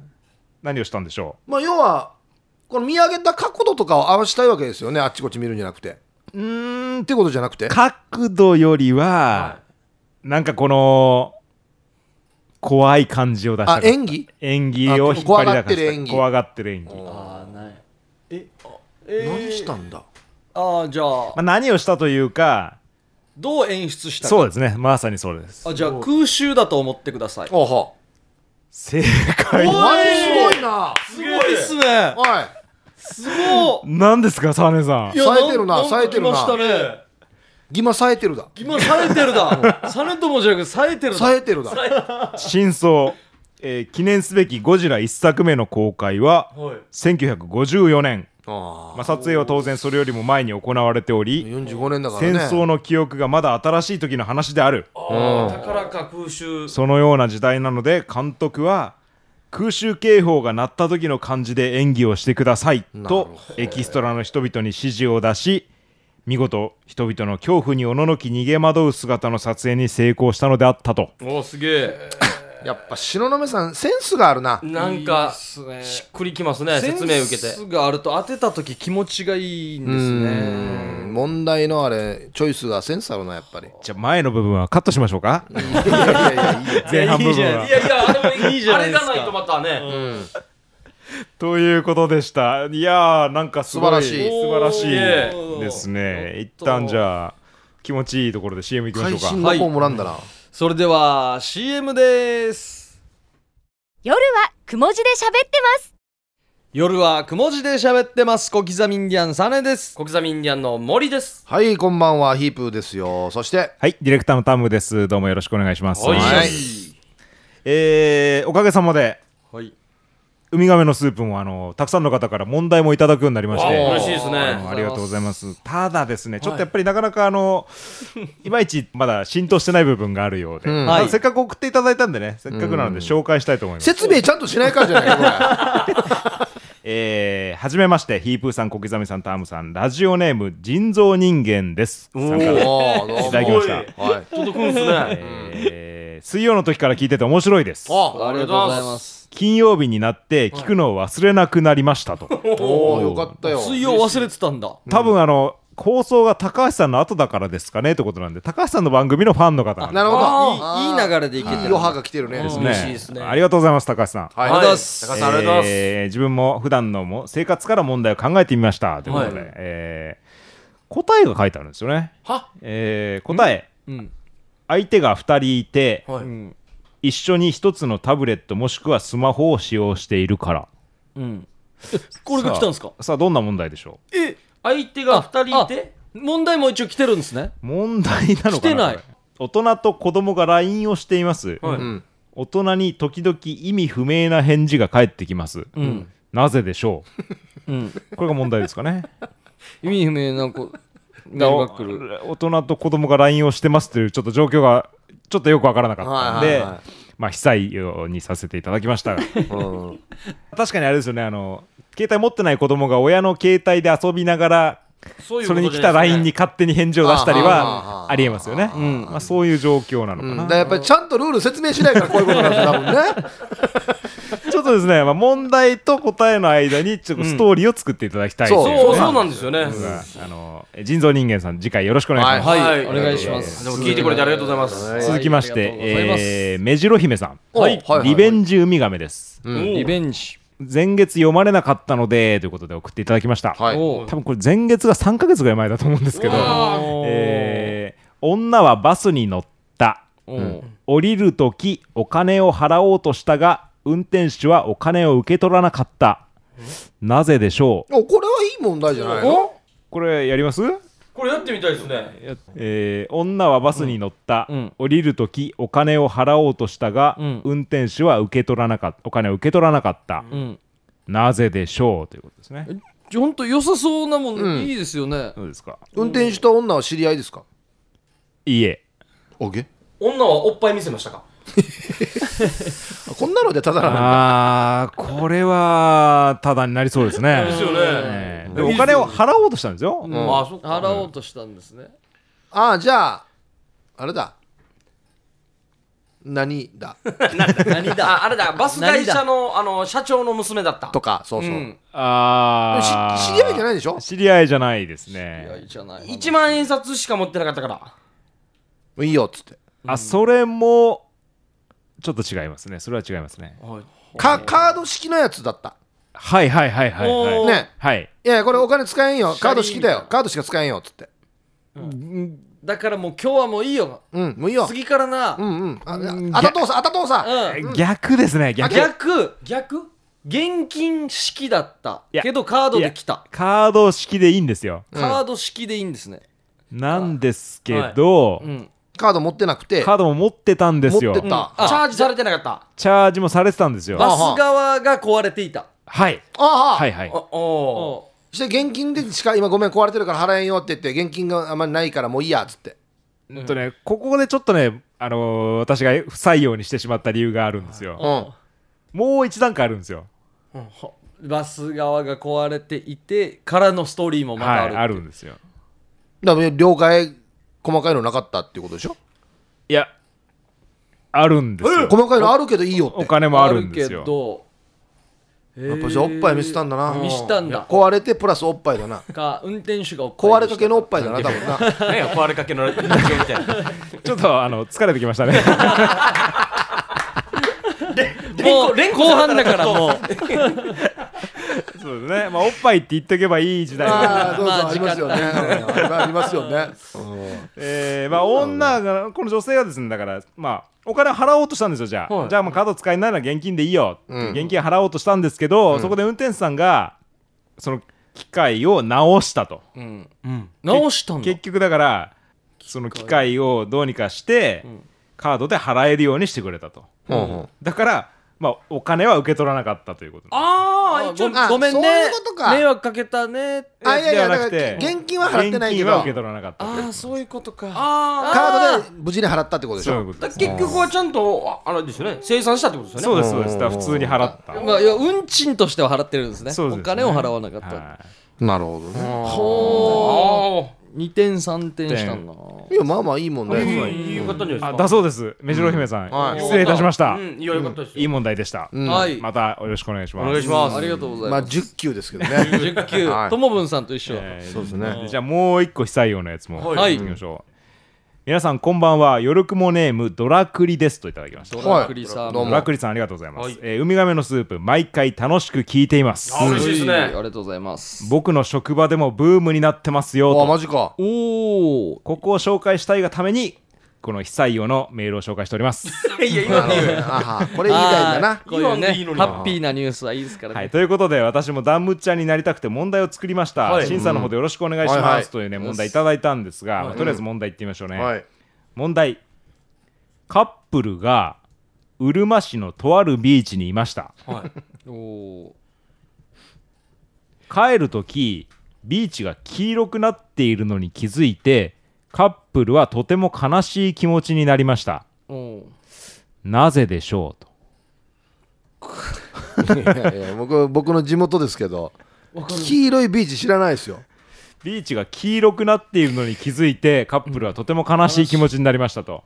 Speaker 5: 何をしたんでしょ
Speaker 3: まあ要はこの見上げた角度とかを合わせたいわけですよね。あっちこっち見るんじゃなくて。
Speaker 5: ううーん
Speaker 3: ってことじゃなくて。
Speaker 5: 角度よりは、なんかこの怖い感じを出したか
Speaker 3: あ
Speaker 5: っ、た
Speaker 3: 演技？
Speaker 5: 演技を引っ張り出
Speaker 3: あ怖がってる演
Speaker 5: した
Speaker 3: 技
Speaker 5: 怖がってる演技ま
Speaker 1: あーない
Speaker 3: 何したんだ。
Speaker 1: あーじゃあ
Speaker 5: あ、何をしたというか
Speaker 1: どう演出したか
Speaker 5: そうですねまさにそうです
Speaker 1: あじゃあ空襲だと思ってください
Speaker 3: おは。
Speaker 5: 正解
Speaker 1: お
Speaker 3: あれすごいな。
Speaker 1: すごいっすね
Speaker 3: おい。
Speaker 1: すご
Speaker 5: 何ですかサーネさん
Speaker 1: いいや
Speaker 3: 冴えてるなん冴えてるなん
Speaker 1: か来ましたね
Speaker 3: ギマ冴えてるだ。
Speaker 1: 今冴えてるだサネともじゃなく冴えてるだ
Speaker 3: 冴えてるだ。
Speaker 5: 真相、えー記念すべきゴジラ1作目の公開は1954年、
Speaker 3: あ
Speaker 5: まあ、撮影は当然それよりも前に行われてお
Speaker 3: あ。
Speaker 5: り
Speaker 3: 四十五年だから
Speaker 5: 戦
Speaker 3: ね。
Speaker 5: 争の記憶がまだ新しい時の話である
Speaker 2: 宝か空襲
Speaker 5: そのような時代なので監督は空襲警報が鳴った時の感じで演技をしてください
Speaker 3: なる
Speaker 5: と
Speaker 3: ほ
Speaker 5: エキストラの人々に指示を出し見事人々の恐怖におののき逃げ惑う姿の撮影に成功したのであったと
Speaker 2: おおすげえ
Speaker 3: やっぱ東雲さんセンスがあるな。
Speaker 2: なんか
Speaker 1: いいっすね
Speaker 2: しっくりきます ね説明受け
Speaker 1: セ
Speaker 2: て。
Speaker 1: ンスがあると当てた時気持ちがいいん
Speaker 3: う
Speaker 1: ですね
Speaker 3: ん。問題のあれチョイスがセンスあるなやっ ぱり。
Speaker 5: じゃあ前の部分はカットしましょうか
Speaker 3: いやいやいやいいよ。
Speaker 5: 前半部
Speaker 1: いいじゃ
Speaker 5: 分
Speaker 1: な
Speaker 5: はい
Speaker 2: やいやあれもい
Speaker 1: いいじゃ
Speaker 2: あ
Speaker 1: ない
Speaker 2: れ
Speaker 1: です
Speaker 2: が
Speaker 1: か
Speaker 2: ないとまたね
Speaker 5: ということでした。いやー、なんかすごい
Speaker 3: 素晴らしい
Speaker 5: 素晴らし
Speaker 1: お
Speaker 5: い
Speaker 1: ー
Speaker 5: ですね。
Speaker 1: やっ
Speaker 5: 一
Speaker 1: た
Speaker 5: 旦じゃあ、気持ちいいところで CM 行きま
Speaker 3: 会
Speaker 5: しょ
Speaker 3: 心
Speaker 5: うか。
Speaker 3: の方もらんだな。
Speaker 1: それでは CM です
Speaker 4: 夜はくも字で喋ってます
Speaker 1: 夜はくも字で喋ってます小刻みインディアンサネです
Speaker 2: 小刻みインディアンの森です
Speaker 3: はい、こんばんはヒープーですよ。そして。
Speaker 5: はい、ディレクターのタムです。どうもよろしくお願いします。
Speaker 2: はい
Speaker 3: はい
Speaker 5: えー、おかげさまで、
Speaker 1: はい
Speaker 5: ウミガメのスープもあのたくさんの方から問題もいただくようになりまして
Speaker 2: あ嬉しいですね
Speaker 5: あのありがとうございますただですねちょっとやっぱりなかなかあの、い、まいちまだ浸透してない部分があるようで、
Speaker 3: ん
Speaker 5: まあ
Speaker 1: はい
Speaker 5: せっかく送っていただいたんでねせっかくなので紹介したいと思います、
Speaker 3: 説明ちゃんとしないからじゃないかこ
Speaker 5: えーはじめましてヒープーさん小刻みさんタームさんラジオネーム人造人間です参加
Speaker 3: れ
Speaker 5: い
Speaker 3: おーどうも
Speaker 5: ただきました
Speaker 3: はい
Speaker 2: 届くん すね。
Speaker 5: えー水曜の時から聞いてて面白いです
Speaker 3: あ
Speaker 1: ありがとうございます
Speaker 5: 金曜日になって聞くのを忘れなくなりましたと、
Speaker 3: おーよかったよ
Speaker 1: 水曜忘れてたんだ
Speaker 5: 多分あの放送が高橋さんの後だからですかねってことなんで高橋さんの番組のファンの方なんで
Speaker 3: なるほど
Speaker 1: あーいいいい流
Speaker 3: れ
Speaker 1: れでいけてる
Speaker 3: 余波が来てるね
Speaker 5: です
Speaker 2: 嬉しいですね
Speaker 5: ありがとうございます高橋さん
Speaker 3: は
Speaker 1: ありがとうございま
Speaker 3: 高
Speaker 1: す
Speaker 3: 橋さんありがとうございます
Speaker 5: えー自分も普段のも生活から問題を考えてみましたということで、
Speaker 2: は
Speaker 5: えー答えが書いてあるんですよね、
Speaker 2: は
Speaker 5: えー答え
Speaker 1: うん
Speaker 5: 相手が2人いて
Speaker 2: はい。
Speaker 5: 一緒に1つのタブレットもしくはスマホを使用しているから
Speaker 1: うんえ これが来たんですか
Speaker 5: さあさあどんな問題でしょ
Speaker 1: え
Speaker 2: 相手が二人いて、
Speaker 1: 問題も一応来てるんですね
Speaker 5: う問題なのかな
Speaker 1: 来てない
Speaker 5: これ大人と子供が LINE をしています、
Speaker 2: はい
Speaker 3: ん
Speaker 5: 大人に時々意味不明な返事が返ってきます、
Speaker 1: ん
Speaker 5: なぜでしょ
Speaker 1: うん
Speaker 5: うこれが問題です かね
Speaker 1: 意味不明なんかメールが来る
Speaker 5: 大人と子供が LINE をしてますというちょっと状況がちょっとよくわからなかったんで、
Speaker 3: はいはいはい
Speaker 5: まあ、被災用にさせていただきましたが
Speaker 3: うん
Speaker 5: 確かにあれですよねあの携帯持ってない子供が親の携帯で遊びながら
Speaker 2: そ
Speaker 5: それに来た LINE に勝手に返事を出したり
Speaker 3: あ
Speaker 5: は
Speaker 3: ー
Speaker 5: ありえますよね、
Speaker 1: ん
Speaker 5: まあ、そういう状況なのか
Speaker 3: うん
Speaker 5: な、
Speaker 3: だからやっぱりちゃんとルール説明しないからこういうことなんですよ、多分ね。
Speaker 5: ちょっとですね、まあ、問題と答えの間にちょっとストーリーを作っていただきたいとい
Speaker 3: そう
Speaker 5: ね
Speaker 2: そうそうなんですよね。
Speaker 5: があの人造人間さん次回よろしくお願いします、
Speaker 1: はい、
Speaker 2: はい
Speaker 1: お願いします
Speaker 2: でも聞いてくれてありがとうございます。
Speaker 1: はい
Speaker 5: 続きまし
Speaker 1: あ
Speaker 5: て、
Speaker 1: りがとうございます
Speaker 5: えー、目白姫さん、
Speaker 3: おはいはいはい
Speaker 5: リベンジウミガメです、
Speaker 2: お
Speaker 1: リベンジ
Speaker 5: 前月読まれなかったのでということで送っていただきました、
Speaker 3: はい
Speaker 1: おう
Speaker 5: 多分これ前月が3ヶ月ぐらい前だと思うんですけど、えー女はバスに乗った
Speaker 1: おう
Speaker 5: 降りるときお金を払おうとしたが運転手はお金を受け取らなかったなぜでしょう
Speaker 3: おこれはいい問題じゃないの
Speaker 5: これやります
Speaker 2: これやってみたいですね。
Speaker 5: えー女はバスに乗った、
Speaker 1: うんうん
Speaker 5: 降りるときお金を払おうとしたが、
Speaker 1: うん
Speaker 5: 運転手は受け取らなかったお金を受け取らなかった、
Speaker 1: うん
Speaker 5: なぜでしょうということですね
Speaker 1: じゃほんと良さそうなもん、いいですよね
Speaker 5: どうですか
Speaker 3: 運転手と女は知り合いですか
Speaker 5: いいえ
Speaker 3: おげ
Speaker 2: 女はおっぱい見せましたか。
Speaker 3: こんなのでただなの
Speaker 5: あーこれはただになりそうですね
Speaker 2: ですよね。
Speaker 5: えーでもお金を払おうとしたんですよ、
Speaker 2: ああ、そっか。
Speaker 1: 払おうとしたんですね
Speaker 3: ああじゃああれだ何だ
Speaker 1: 何
Speaker 2: ああれだ、バス会社のあの社長の娘だった
Speaker 3: と。かそうそう、
Speaker 1: うん
Speaker 5: あ
Speaker 3: し
Speaker 5: ー
Speaker 3: 知り合いじゃないでしょ
Speaker 5: 知り合いじゃないです
Speaker 1: いやい
Speaker 5: ね
Speaker 1: いじゃない
Speaker 2: 一万円札しか持ってなかったから。
Speaker 3: いいよっつって
Speaker 5: あそれもちょっと違いますねそれは違いますね
Speaker 3: かカード式のやつだった
Speaker 5: はいはいはいはいはい、
Speaker 3: ね
Speaker 5: はい
Speaker 3: いやいやこれお金使えんよ
Speaker 1: シャリー
Speaker 3: カード式だよカードしか使えんよっつって
Speaker 1: だからもう今日はもういいよ
Speaker 3: うんもういいよ
Speaker 1: 次からな、
Speaker 3: うんうんあああたとうさあたとうさ
Speaker 1: うん
Speaker 5: 逆ですね逆
Speaker 1: 逆逆現金式だった
Speaker 5: いや
Speaker 1: けどカードで来た
Speaker 5: カード式でいいんですよ
Speaker 1: カード式でいいんですね、
Speaker 5: なんですけど、
Speaker 1: うん、
Speaker 3: カード持ってなくて
Speaker 5: カードも持ってたんですよ
Speaker 3: 持ってた、
Speaker 2: チャージされてなかった。
Speaker 5: チャージもされてたんですよ
Speaker 1: バス側が壊れていた
Speaker 5: はい
Speaker 3: ああ、
Speaker 5: はいはい
Speaker 2: おお
Speaker 1: お
Speaker 3: して現金でしか今ごめん壊れてるから払えんよって言って現金があんまりないからもういいやっつって
Speaker 5: うんとねここでちょっとねあのー私が不採用にしてしまった理由があるんです
Speaker 3: う
Speaker 5: よ
Speaker 3: ん
Speaker 5: もう一段階あるんですよ
Speaker 1: うバス側が壊れていてからのストーリーもまた
Speaker 5: は
Speaker 1: あ
Speaker 5: い
Speaker 1: る、
Speaker 5: あるんですよ
Speaker 3: だから了解細かいのなかったっていうことでしょ
Speaker 5: いやあるんですよ
Speaker 3: 細かいのあるけどいいよって
Speaker 5: お金もあるんです
Speaker 1: あるけ
Speaker 5: よ
Speaker 1: ど
Speaker 3: やっぱじゃあおっぱい見せたんだな
Speaker 1: 見せたんだ
Speaker 3: 壊れてプラスおっぱいだな
Speaker 1: か運転手がおっぱい
Speaker 3: 壊れかけのおっぱいだな多分な
Speaker 2: ー。ね壊れかけの人間みたいな。
Speaker 5: ちょっとあの疲れてきましたね
Speaker 1: もう後半だからもう
Speaker 5: そうですねまあおっぱいって言っとけばいい時代
Speaker 3: ああそうそう
Speaker 1: まあ
Speaker 3: ありますよねうんありますよね
Speaker 5: えーまあ女がこの女性がですねだからまあお金払おうとしたんですよじゃあ、じゃあまあカード使えないなら現金でいいよって、現金払おうとしたんですけど、そこで運転手さんがその機械を直したと、
Speaker 1: 直したんだ
Speaker 5: 結局だからその機械をどうにかして、カードで払えるようにしてくれたと、
Speaker 3: うんうん
Speaker 5: だからまあ、お金は受け取らなかったということなんで
Speaker 2: ああ、一応
Speaker 3: ごあ
Speaker 2: ごめん
Speaker 3: そ
Speaker 2: ね。
Speaker 3: ういうことか
Speaker 2: 迷惑かけたね。
Speaker 3: あいやいや
Speaker 5: ではなくて
Speaker 3: だから現金は払ってないけど
Speaker 5: 現金は受け取らなかったという
Speaker 1: ああそういうことか
Speaker 2: あ
Speaker 3: カー
Speaker 2: あ。
Speaker 3: ドで無事に払ったってことでし
Speaker 5: そういう
Speaker 3: ょ
Speaker 5: こと
Speaker 2: だ
Speaker 5: です
Speaker 2: 結局はちゃんと、ああれですよね。生産したってことですよ
Speaker 5: そう
Speaker 2: ね。
Speaker 5: ですそうですだから普通に払った
Speaker 1: まあいや運賃としては払ってるんですね
Speaker 5: そうですね
Speaker 1: お金を払わなかった、
Speaker 5: はい
Speaker 3: なるほどね
Speaker 1: ほ
Speaker 2: ああ。
Speaker 1: う2点3点したんだない
Speaker 3: やまあまあいい問題です
Speaker 2: いいよかったんじゃない
Speaker 5: あ
Speaker 2: です
Speaker 5: だ
Speaker 2: か。
Speaker 5: そうです目白姫さん、
Speaker 3: はい
Speaker 5: 失礼いたしました、
Speaker 2: うん、いや、よかったです
Speaker 5: いい
Speaker 2: よ。
Speaker 5: 問題でした、
Speaker 3: うん
Speaker 1: はい
Speaker 5: またよろしくお願いします
Speaker 2: お願いします。
Speaker 1: ありがとうござい
Speaker 3: ま
Speaker 1: ま
Speaker 3: あ
Speaker 1: す、
Speaker 3: 10級ですけどね
Speaker 1: 10球
Speaker 3: はい
Speaker 1: ともぶんさんと一緒、
Speaker 5: えー
Speaker 3: そうですね
Speaker 5: じゃあもう一個久用のやつも
Speaker 1: は
Speaker 5: はいいきましょう皆さんこんばんはよろくもネームドラクリですといただきました
Speaker 1: ドラクリさん、
Speaker 3: はいどう
Speaker 5: ド
Speaker 3: も
Speaker 5: ラクリさんありがとうございます、
Speaker 2: はい
Speaker 5: えーウミガメのスープ毎回楽しく聞いています
Speaker 2: あ嬉しいですね
Speaker 1: はいありがとうございます
Speaker 5: 僕の職場でもブームになってます
Speaker 3: あ
Speaker 5: よと
Speaker 3: マジか
Speaker 1: おお
Speaker 5: ここを紹介したいがためにこの久用のメールを紹介しております
Speaker 2: い
Speaker 3: な
Speaker 2: や、今
Speaker 3: るほどねあはこれ言いたいんだな
Speaker 1: こういう
Speaker 2: 今の
Speaker 1: ね
Speaker 2: でいいのに
Speaker 1: ハ
Speaker 2: な
Speaker 1: ッピーなニュースはいいですからね、
Speaker 5: はい、ということで私もダンムッチャーになりたくて問題を作りました、
Speaker 2: はい
Speaker 5: 審査の方でよろしくお願いし
Speaker 3: うんはいは
Speaker 5: ま
Speaker 3: い
Speaker 5: すというね、問題いただいたんですが、まあとりあえず問題いってみましょうね、
Speaker 3: はい
Speaker 5: 問題カップルがうるま市のとあるビーチにいました
Speaker 1: おお
Speaker 5: 帰る時ビーチが黄色くなっているのに気づいてカップルはとても悲しい気持ちになりました
Speaker 1: ーお
Speaker 5: なぜでしょうと
Speaker 3: いやいや僕僕の地元ですけど黄色いビーチ知らないですよ
Speaker 5: ビーチが黄色くなっているのに気づいてカップルはとても悲しい気持ちになりましたと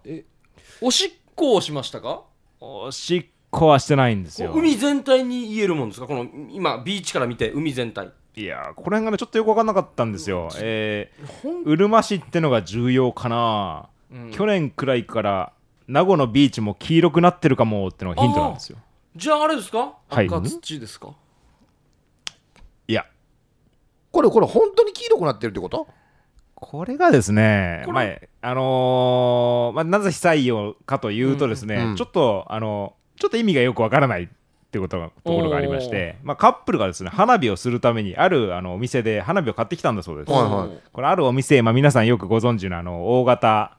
Speaker 1: おしっこをしましたか
Speaker 5: おしっこはしてないんですよ
Speaker 2: 海全体に言えるもんですかこの今ビーチから見て海全体
Speaker 5: いやーここら辺がねちょっとよく分かんなかったんですよ、えー、うるま市ってのが重要かな、去年くらいから名護のビーチも黄色くなってるかもってのがヒントなんですよ
Speaker 2: じゃああれですか
Speaker 5: はい
Speaker 1: 赤土ですか、
Speaker 5: いや
Speaker 3: これこれ本当に黄色くなってるってこと
Speaker 5: これがですね
Speaker 2: これ
Speaker 5: 前あのーまあ、なぜ非採用かというとですね、
Speaker 3: うんうん
Speaker 5: ちょっとあのちょっと意味がよくわからないってことがところがありまして、まあ、カップルがですね花火をするためにあるあのお店で花火を買ってきたんだそうです、
Speaker 3: はいはい
Speaker 5: これあるお店、まあ、皆さんよくご存知のあの大型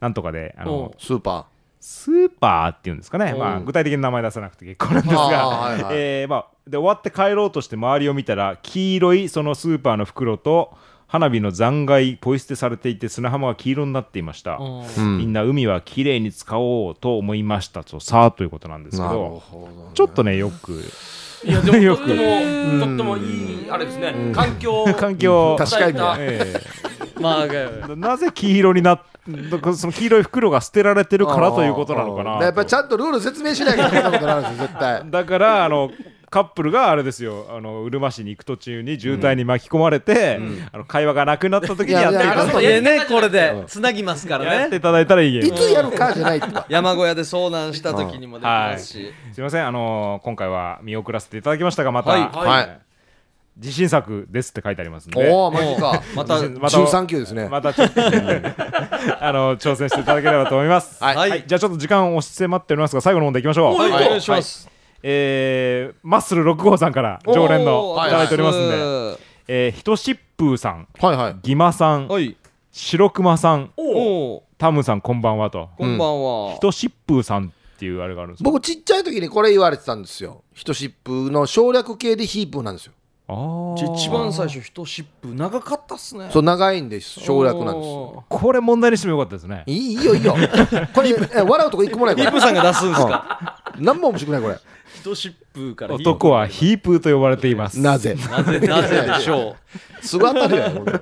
Speaker 5: なんとかであ
Speaker 1: おう
Speaker 5: の
Speaker 3: スーパ
Speaker 5: スーパーっていうんですかね、
Speaker 1: うん
Speaker 5: まあ、具体的な名前出さなくて結構なんで
Speaker 3: あ
Speaker 5: す
Speaker 3: ーはい
Speaker 5: が
Speaker 3: はい
Speaker 5: えーまあで終わって帰ろうとして周りを見たら黄色いそのスーパーの袋と花火の残骸ポイ捨てされていて砂浜が黄色になっていました、
Speaker 1: うん
Speaker 3: ー、うん
Speaker 5: みんな海は綺麗に使おうと思いましたとさあということなんですけ
Speaker 3: なる
Speaker 5: ど
Speaker 3: ほど
Speaker 5: ちょっとねよ く
Speaker 2: いやでも
Speaker 5: よ
Speaker 2: と
Speaker 5: く
Speaker 2: ってもとってもいいあれですね環境
Speaker 5: 環境
Speaker 3: 確かにね
Speaker 5: え
Speaker 1: まあ
Speaker 5: えなぜ黄色になっその黄色い袋が捨てられてるからということなのか
Speaker 3: あーあ
Speaker 5: な
Speaker 3: ーやっぱり
Speaker 5: と
Speaker 3: ちゃんとルール説明しないといけないことなんですよ絶対
Speaker 5: だからあのカップルがあれですよあのうるま市に行く途中に渋滞に巻き込まれて、あの会話がなくなった時に
Speaker 3: いや
Speaker 5: やってい
Speaker 3: いや
Speaker 5: ただ
Speaker 3: あ
Speaker 5: い
Speaker 3: の
Speaker 5: て
Speaker 3: 人
Speaker 1: えねこれでつなぎますから
Speaker 5: やって
Speaker 1: ね
Speaker 5: いただいたらいいゲ
Speaker 3: い
Speaker 5: ーム
Speaker 3: つやるかじゃ ないってこと
Speaker 1: 山小屋で遭難した時にもできますし、
Speaker 5: すいませんあの今回は見送らせていただきましたがまた、
Speaker 1: はい
Speaker 3: はい
Speaker 5: 自信作ですって書いてありますんで
Speaker 3: おおマジか
Speaker 1: また
Speaker 5: また
Speaker 3: 13級ですね
Speaker 5: またちょ っとあの挑戦していただければと思います
Speaker 3: はい
Speaker 1: はい
Speaker 5: じゃあちょっと時間を押し迫っておりますが最後の問題いきましょう、
Speaker 1: はい、お
Speaker 3: はい
Speaker 1: 願いします、
Speaker 5: えーマッスル6号さんから常連の
Speaker 1: お
Speaker 5: い
Speaker 1: ー
Speaker 5: ただいておりますんで、
Speaker 1: は
Speaker 5: えーひとしっぷーさん
Speaker 3: はいはい
Speaker 5: ぎまさん、
Speaker 1: い
Speaker 5: 白熊さん
Speaker 1: おお
Speaker 5: タムさんこんばんはと
Speaker 1: こんばんは、
Speaker 5: 人疾風さんっていうあれがあるんですか
Speaker 3: 僕ちっちゃい時にこれ言われてたんですよ人疾風の省略形でヒープーなんですよ
Speaker 5: あー
Speaker 1: じゃあ一番最初人シップ長かったっすね
Speaker 3: そう長いんです省略なんですよ
Speaker 1: お
Speaker 5: これ問題にしてもよかったですね
Speaker 3: いいいいよ いいよこれえ笑うとこ一個もないこ
Speaker 1: ーヒ
Speaker 3: れ
Speaker 1: ープさんが出すんですか
Speaker 3: 何も面白くないこれ
Speaker 1: 人シップからヒープ
Speaker 5: 男はヒープーと呼ばれています
Speaker 3: なぜ
Speaker 1: なぜなぜでしょ
Speaker 3: すぐ当たるやんこんなの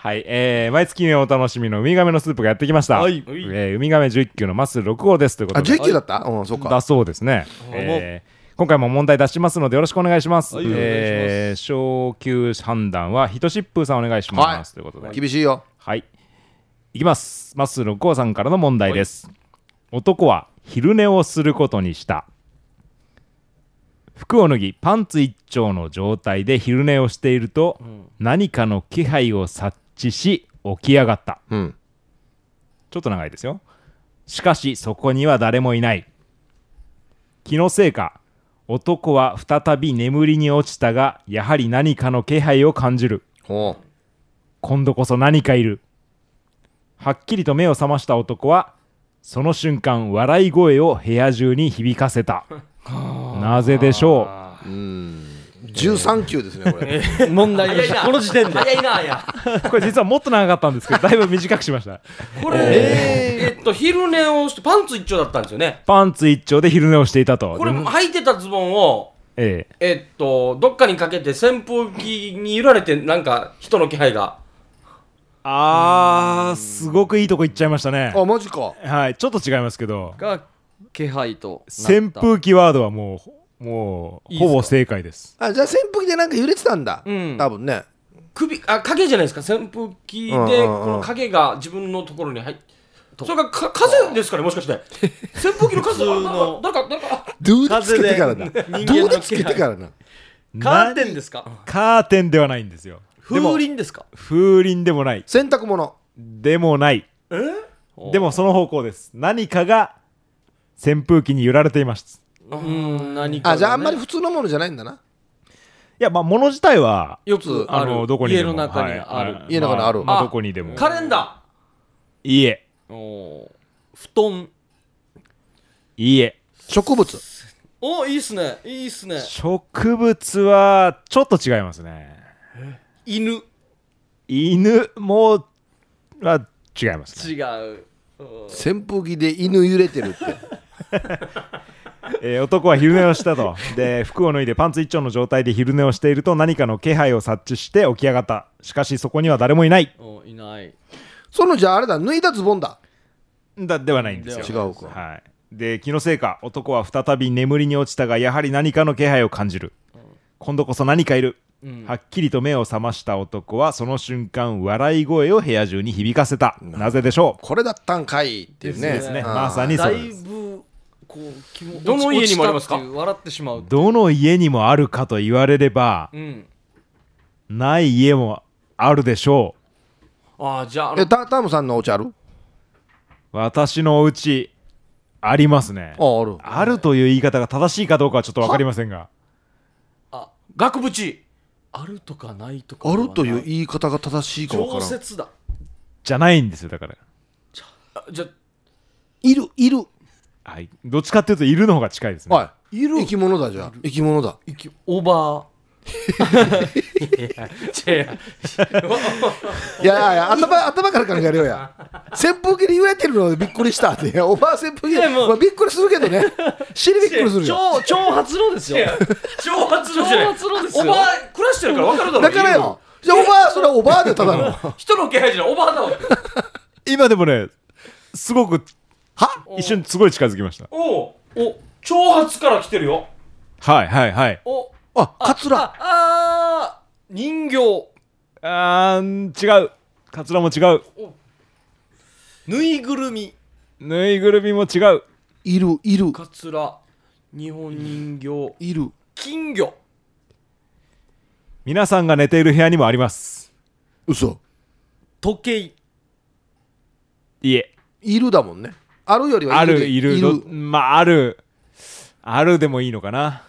Speaker 5: はい、えー、毎月のお楽しみのウミガメのスープがやってきました、
Speaker 1: はい
Speaker 5: えーウミガメ11級のマス6号ですというこ
Speaker 3: あ
Speaker 5: とで
Speaker 3: 19だったうんそうか
Speaker 5: だそうですね、えー今回も問題出しますのでよろしくお願いします、
Speaker 1: はい
Speaker 5: えー昇級判断は人疾風さんお願いします、ということで
Speaker 3: 厳しいよ
Speaker 5: はい。いきます。まっすー六甲さんからの問題です。男は昼寝をすることにした。服を脱ぎ、パンツ一丁の状態で昼寝をしていると、何かの気配を察知し、起き上がった。
Speaker 3: うん
Speaker 5: ちょっと長いですよ。しかし、そこには誰もいない。気のせいか、男は再び眠りに落ちたが、やはり何かの気配を感じる。
Speaker 3: ほ
Speaker 5: 今度こそ何かいるはっきりと目を覚ました男はその瞬間笑い声を部屋中に響かせたなぜでしょ
Speaker 3: 13級ですねこれ
Speaker 1: 問題ですこの時点で
Speaker 2: 早いなや
Speaker 5: うこれ実はもっと長かったんですけどだいぶ短くしました
Speaker 2: これ、えーっと昼寝をしてパンツ一丁だったんですよね
Speaker 5: パンツ一丁で昼寝をしていたと
Speaker 2: これ履いてたズボンを
Speaker 5: ええ
Speaker 2: えっとどっかにかけて扇風機に揺られてなんか人の気配が
Speaker 5: あーすごくいいとこ行っちゃいましたね
Speaker 3: あマジか
Speaker 5: はいちょっと違いますけど
Speaker 1: が気配と
Speaker 5: 扇風機ワードはもうもうほぼ正解です
Speaker 3: あじゃあ扇風機でなんか揺れてたんだ、
Speaker 1: ん
Speaker 3: 多分ね
Speaker 2: 首あ影じゃないですか扇風機で
Speaker 3: うんうん
Speaker 2: こ
Speaker 3: うん
Speaker 2: の影が自分のところに入ってそれがか風ですかねもしかして扇風機の風の誰か誰か
Speaker 3: どうでつけてからなど
Speaker 1: 風で人間の
Speaker 3: う
Speaker 1: 気
Speaker 3: で
Speaker 1: 配
Speaker 3: つけてからな
Speaker 1: カーテンですか
Speaker 5: カーテンではないんですよ
Speaker 1: 風鈴ですか
Speaker 5: 風鈴でもない
Speaker 3: 洗濯物
Speaker 5: でもないでもその方向です何かが扇風機に揺られています
Speaker 1: うん何かがね
Speaker 3: あじゃああんまり普通のものじゃないんだない
Speaker 5: やまあ物自体は
Speaker 1: よくあ
Speaker 5: あの
Speaker 1: る
Speaker 5: どこに
Speaker 1: 家
Speaker 5: でも
Speaker 1: の中に
Speaker 5: はい
Speaker 1: あ
Speaker 5: はい
Speaker 1: る
Speaker 3: 家の中にある
Speaker 5: まあま
Speaker 2: あ
Speaker 5: どこにでも
Speaker 2: カレンダ
Speaker 5: いいえ
Speaker 1: おー布団
Speaker 5: いいえ
Speaker 3: 植物
Speaker 1: おいいっすねいいっすね
Speaker 5: 植物はちょっと違いますね
Speaker 1: 犬
Speaker 5: 犬もは違います、ね
Speaker 1: 違う
Speaker 3: 扇風機で犬揺れてるって
Speaker 5: えー男は昼寝をしたとで服を脱いでパンツ一丁の状態で昼寝をしていると何かの気配を察知して起き上がったしかしそこには誰もいない
Speaker 1: おいない
Speaker 3: そのじゃああれだ脱いだズボンだ
Speaker 5: だではないんですよ
Speaker 3: 違うか
Speaker 5: はい、で気のせいか男は再び眠りに落ちたがやはり何かの気配を感じる、今度こそ何かいる、はっきりと目を覚ました男はその瞬間笑い声を部屋中に響かせたなぜでしょう
Speaker 3: これだったんかいっていうね
Speaker 5: ですね
Speaker 3: うん
Speaker 5: まさにそ
Speaker 1: だ
Speaker 5: う
Speaker 1: い
Speaker 5: です
Speaker 1: ぶこう気も
Speaker 2: どの家にもありますか
Speaker 1: 落ちたっていう笑ってしまう
Speaker 5: どの家にもあるかと言われれば
Speaker 1: うん
Speaker 5: ない家もあるでしょう
Speaker 2: ーあーじゃああの
Speaker 3: えタタムさんのお家ある
Speaker 5: 私のお家ありますね
Speaker 3: あある
Speaker 5: あるという言い方が正しいかどうかはちょっと分かりませんが
Speaker 2: 額縁
Speaker 1: あるとかないとか
Speaker 3: あると
Speaker 1: う
Speaker 3: いう言い方が正しいかわ
Speaker 1: 常
Speaker 3: からん
Speaker 1: 設だ
Speaker 5: じゃないんですよだから、
Speaker 2: あじゃあ
Speaker 3: いるいる
Speaker 5: はい、どっちかっていうといるの方が近いですね
Speaker 3: いいる生き物だじゃあ生き物だ
Speaker 1: いきオーバ
Speaker 3: いやいやいや頭頭から考えるよや扇風機で揺れてるのでびっくりした っていやおばあ扇風機で、まあ、びっくりするけどね尻びっくりす
Speaker 1: ー
Speaker 3: るよ
Speaker 1: 超超発露ですよ
Speaker 2: 挑発のじゃない
Speaker 1: 挑発のですよ
Speaker 2: おばあ暮らしてるから分かるだろ
Speaker 3: だからよじゃあおばあそれはおばあでただの
Speaker 2: 人の気配じゃないおばあだわ
Speaker 5: 今でもねすごく一瞬すごい近づきました
Speaker 2: おうお挑発から来てるよ
Speaker 5: はいはいはい
Speaker 1: お
Speaker 3: あカツラ
Speaker 1: あー人形
Speaker 5: あーん違うカツラも違う
Speaker 1: ぬいぐるみ
Speaker 5: ぬいぐるみも違う
Speaker 3: いるいる
Speaker 2: カツラ日本人形
Speaker 3: いる
Speaker 1: 金魚
Speaker 5: 皆さんが寝ている部屋にもあります
Speaker 3: 嘘
Speaker 1: 時計
Speaker 5: いえ
Speaker 3: いるだもんねあるよりは
Speaker 5: あ
Speaker 3: いる
Speaker 5: る
Speaker 3: で
Speaker 5: いる
Speaker 3: い
Speaker 5: ど
Speaker 3: る
Speaker 5: まああるあるでもいいのかな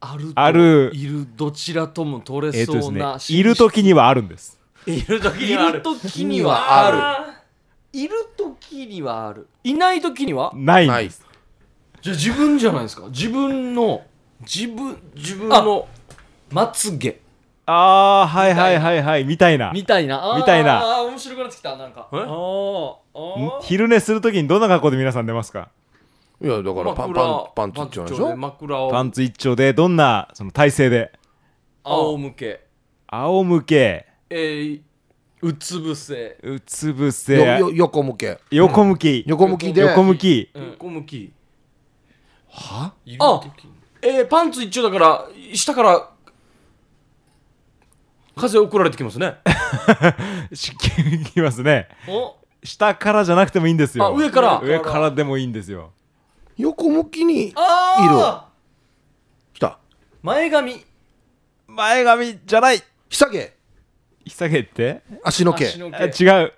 Speaker 1: あると
Speaker 5: ある
Speaker 1: いるどちらとも取
Speaker 5: え
Speaker 1: れ
Speaker 5: っ、と
Speaker 1: そうな、
Speaker 5: ですねいる時にはあるんです
Speaker 2: いる時
Speaker 1: い
Speaker 2: にある
Speaker 1: る時にはある
Speaker 2: あ
Speaker 1: いる時にはあるいない時には
Speaker 5: ないん
Speaker 3: な
Speaker 5: で
Speaker 3: い
Speaker 5: す
Speaker 1: じゃあ自分じゃないですか自分の自分
Speaker 2: ー自分
Speaker 1: あ
Speaker 2: の
Speaker 1: のまつげ
Speaker 5: ああはいはいはいはいみたいな
Speaker 1: みたいなあー
Speaker 5: みたいな
Speaker 1: あー面白くなってきたなんか
Speaker 2: え
Speaker 1: あーあー
Speaker 5: 昼寝するときにどんな格好で皆さん出ますか
Speaker 3: いやだからパンパンパンツっちゃうでしょ
Speaker 2: 枕を
Speaker 5: パンツ一丁でどんなその体勢で
Speaker 1: 仰向け
Speaker 5: 仰向け
Speaker 1: えーうつ伏せ
Speaker 5: うつ伏せ
Speaker 3: よよ横向け
Speaker 5: 横向き
Speaker 3: 横向きで
Speaker 5: 横向き
Speaker 2: 横向き
Speaker 3: は
Speaker 2: あえー、パンツ一丁だから下から風送られてきますね
Speaker 5: しきますね
Speaker 1: お
Speaker 5: 下からじゃなくてもいいんですよ
Speaker 2: あ上から
Speaker 5: 上からでもいいんですよ
Speaker 3: 横向きに
Speaker 1: ああ
Speaker 3: 来た
Speaker 1: 前髪
Speaker 5: 前髪じゃない
Speaker 3: 膝毛
Speaker 5: ひさげって
Speaker 3: 足の毛
Speaker 1: 足の毛
Speaker 5: あ違う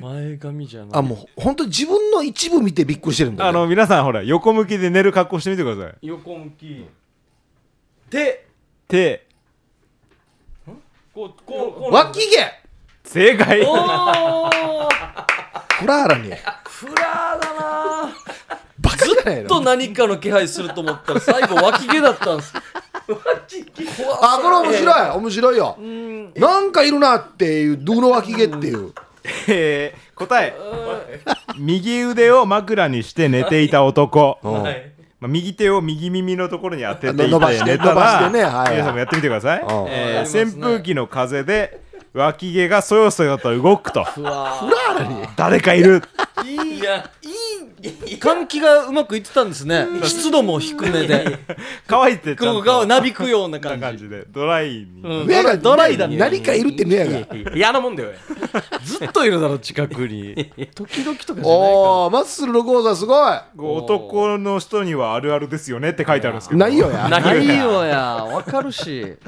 Speaker 1: 前髪じゃない
Speaker 3: あもう本当に自分の一部見てびっくりしてるんだ
Speaker 5: あ
Speaker 3: よ、ね、
Speaker 5: の皆さんほら横向きで寝る格好してみてください
Speaker 2: 横向き
Speaker 1: 手
Speaker 5: 手
Speaker 2: こうこうこう
Speaker 3: 脇毛
Speaker 5: 正解
Speaker 1: おー
Speaker 3: フラーラに
Speaker 1: フラーだな
Speaker 3: バカじゃない
Speaker 1: ずっと
Speaker 3: の
Speaker 1: 何かの気配すると思ったら最後脇毛だったんです脇毛
Speaker 3: あこれ面白い面白いよなんかいるなっていうどの脇毛っていう
Speaker 5: えー答え
Speaker 6: 右腕を枕にして寝ていた 男、
Speaker 3: うん
Speaker 1: はい
Speaker 5: まあ右手を右耳のところに当てていて
Speaker 3: 伸ばして
Speaker 5: 寝た
Speaker 3: 伸ばして
Speaker 5: ら
Speaker 3: ねはいはい
Speaker 5: 皆さんもやってみてください、
Speaker 3: うん
Speaker 5: えー
Speaker 1: やりますね
Speaker 5: 扇風機の風で脇毛がそよそよと動くと誰かいる
Speaker 1: いやいい換気がうまくいってたんですね湿度も低め で
Speaker 5: 乾いてちゃ
Speaker 1: こ
Speaker 5: ん
Speaker 1: うが
Speaker 5: と
Speaker 1: なびくような
Speaker 5: な
Speaker 1: 感
Speaker 5: 感
Speaker 1: じ
Speaker 5: じでドライに、
Speaker 1: うん
Speaker 3: 目が
Speaker 1: ドライだね
Speaker 3: 何かいるって目が
Speaker 2: 嫌なもんだよ
Speaker 1: ずっといるだろ近くに時々とかじゃないか
Speaker 3: おおマッスルの講座すごい
Speaker 5: こう男の人にはあるあるですよねって書いてあるんですけど
Speaker 3: ないよや
Speaker 1: ないよやわかるし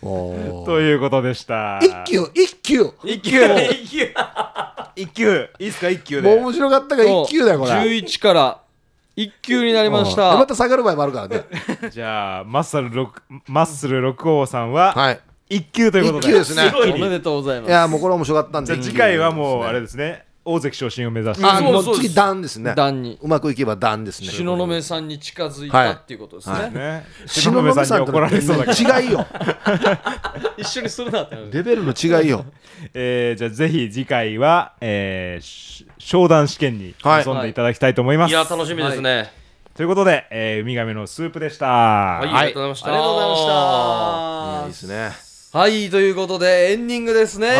Speaker 5: ということでした
Speaker 3: 一級一級
Speaker 5: 一級一級一級いいっすか一級
Speaker 3: もう
Speaker 5: で
Speaker 3: 面白かったが 一級だよこれ
Speaker 1: 11から1級になりまし
Speaker 3: うん
Speaker 1: た
Speaker 3: また下がる場合もあるからね
Speaker 5: じゃあマッサル六マッスル六王さんは
Speaker 3: はい
Speaker 5: 一級ということ
Speaker 3: 一
Speaker 5: で
Speaker 3: 級ですね
Speaker 5: ごい
Speaker 1: おめでとうございます
Speaker 3: いやもうこれ面白かったん
Speaker 5: じゃ
Speaker 3: で
Speaker 5: あ次回はもうあれですね大関昇進を目指して
Speaker 3: あも
Speaker 1: そう
Speaker 3: う
Speaker 1: そう
Speaker 3: 次段ですね
Speaker 1: 段に
Speaker 3: うまくいけば段ですね
Speaker 1: 東雲さんに近づいたっていうことですね、
Speaker 5: ね
Speaker 3: 東
Speaker 5: 篠
Speaker 3: 雲
Speaker 5: 宮さんに怒られそうだけど
Speaker 3: 違いよ
Speaker 1: 一緒にするなってなる
Speaker 3: レベルの違いよ
Speaker 5: えーじゃあぜひ次回はえーし商談試験に
Speaker 3: はい
Speaker 5: 臨んでいただきたいと思いま
Speaker 2: い
Speaker 5: す
Speaker 2: や楽しみですね
Speaker 5: ということでえーウミガメのスープでした
Speaker 2: はい、
Speaker 5: は
Speaker 2: あ
Speaker 5: い
Speaker 2: りがとうございました
Speaker 1: ありがとうございました
Speaker 3: いいですね
Speaker 1: はい、ということで、エンディングですね。
Speaker 3: は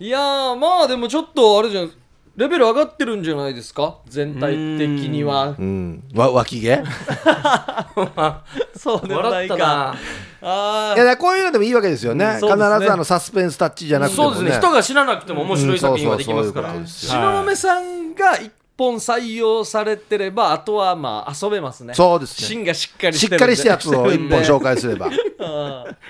Speaker 3: い
Speaker 1: い
Speaker 3: あ
Speaker 1: やー、まあでもちょっと、あれじゃん、レベル上がってるんじゃないですか全体的には
Speaker 3: ー。 うんわ脇毛いや
Speaker 1: そうでもな
Speaker 2: 笑
Speaker 1: い
Speaker 2: った
Speaker 1: か。
Speaker 2: な
Speaker 1: あ
Speaker 3: だからこういうのでもいいわけですよね
Speaker 1: うん
Speaker 3: 必
Speaker 1: そ
Speaker 3: ず
Speaker 1: うですね
Speaker 3: あのサスペンスタッチじゃなくて
Speaker 2: そ
Speaker 3: も
Speaker 2: う
Speaker 3: ね
Speaker 2: ですね人が知らなくても面白い作品
Speaker 3: う
Speaker 2: は
Speaker 3: ん
Speaker 2: で
Speaker 3: そ
Speaker 2: き
Speaker 3: うそう
Speaker 2: ますから、
Speaker 3: そういう
Speaker 1: ー、
Speaker 3: ことですよ
Speaker 1: 東雲さんが一本採用されてれば、あとはまあ遊べますね。
Speaker 3: そうですね
Speaker 1: 芯がしっかり
Speaker 3: してっ
Speaker 1: るんで
Speaker 3: かりしたやつを一本紹 介すれば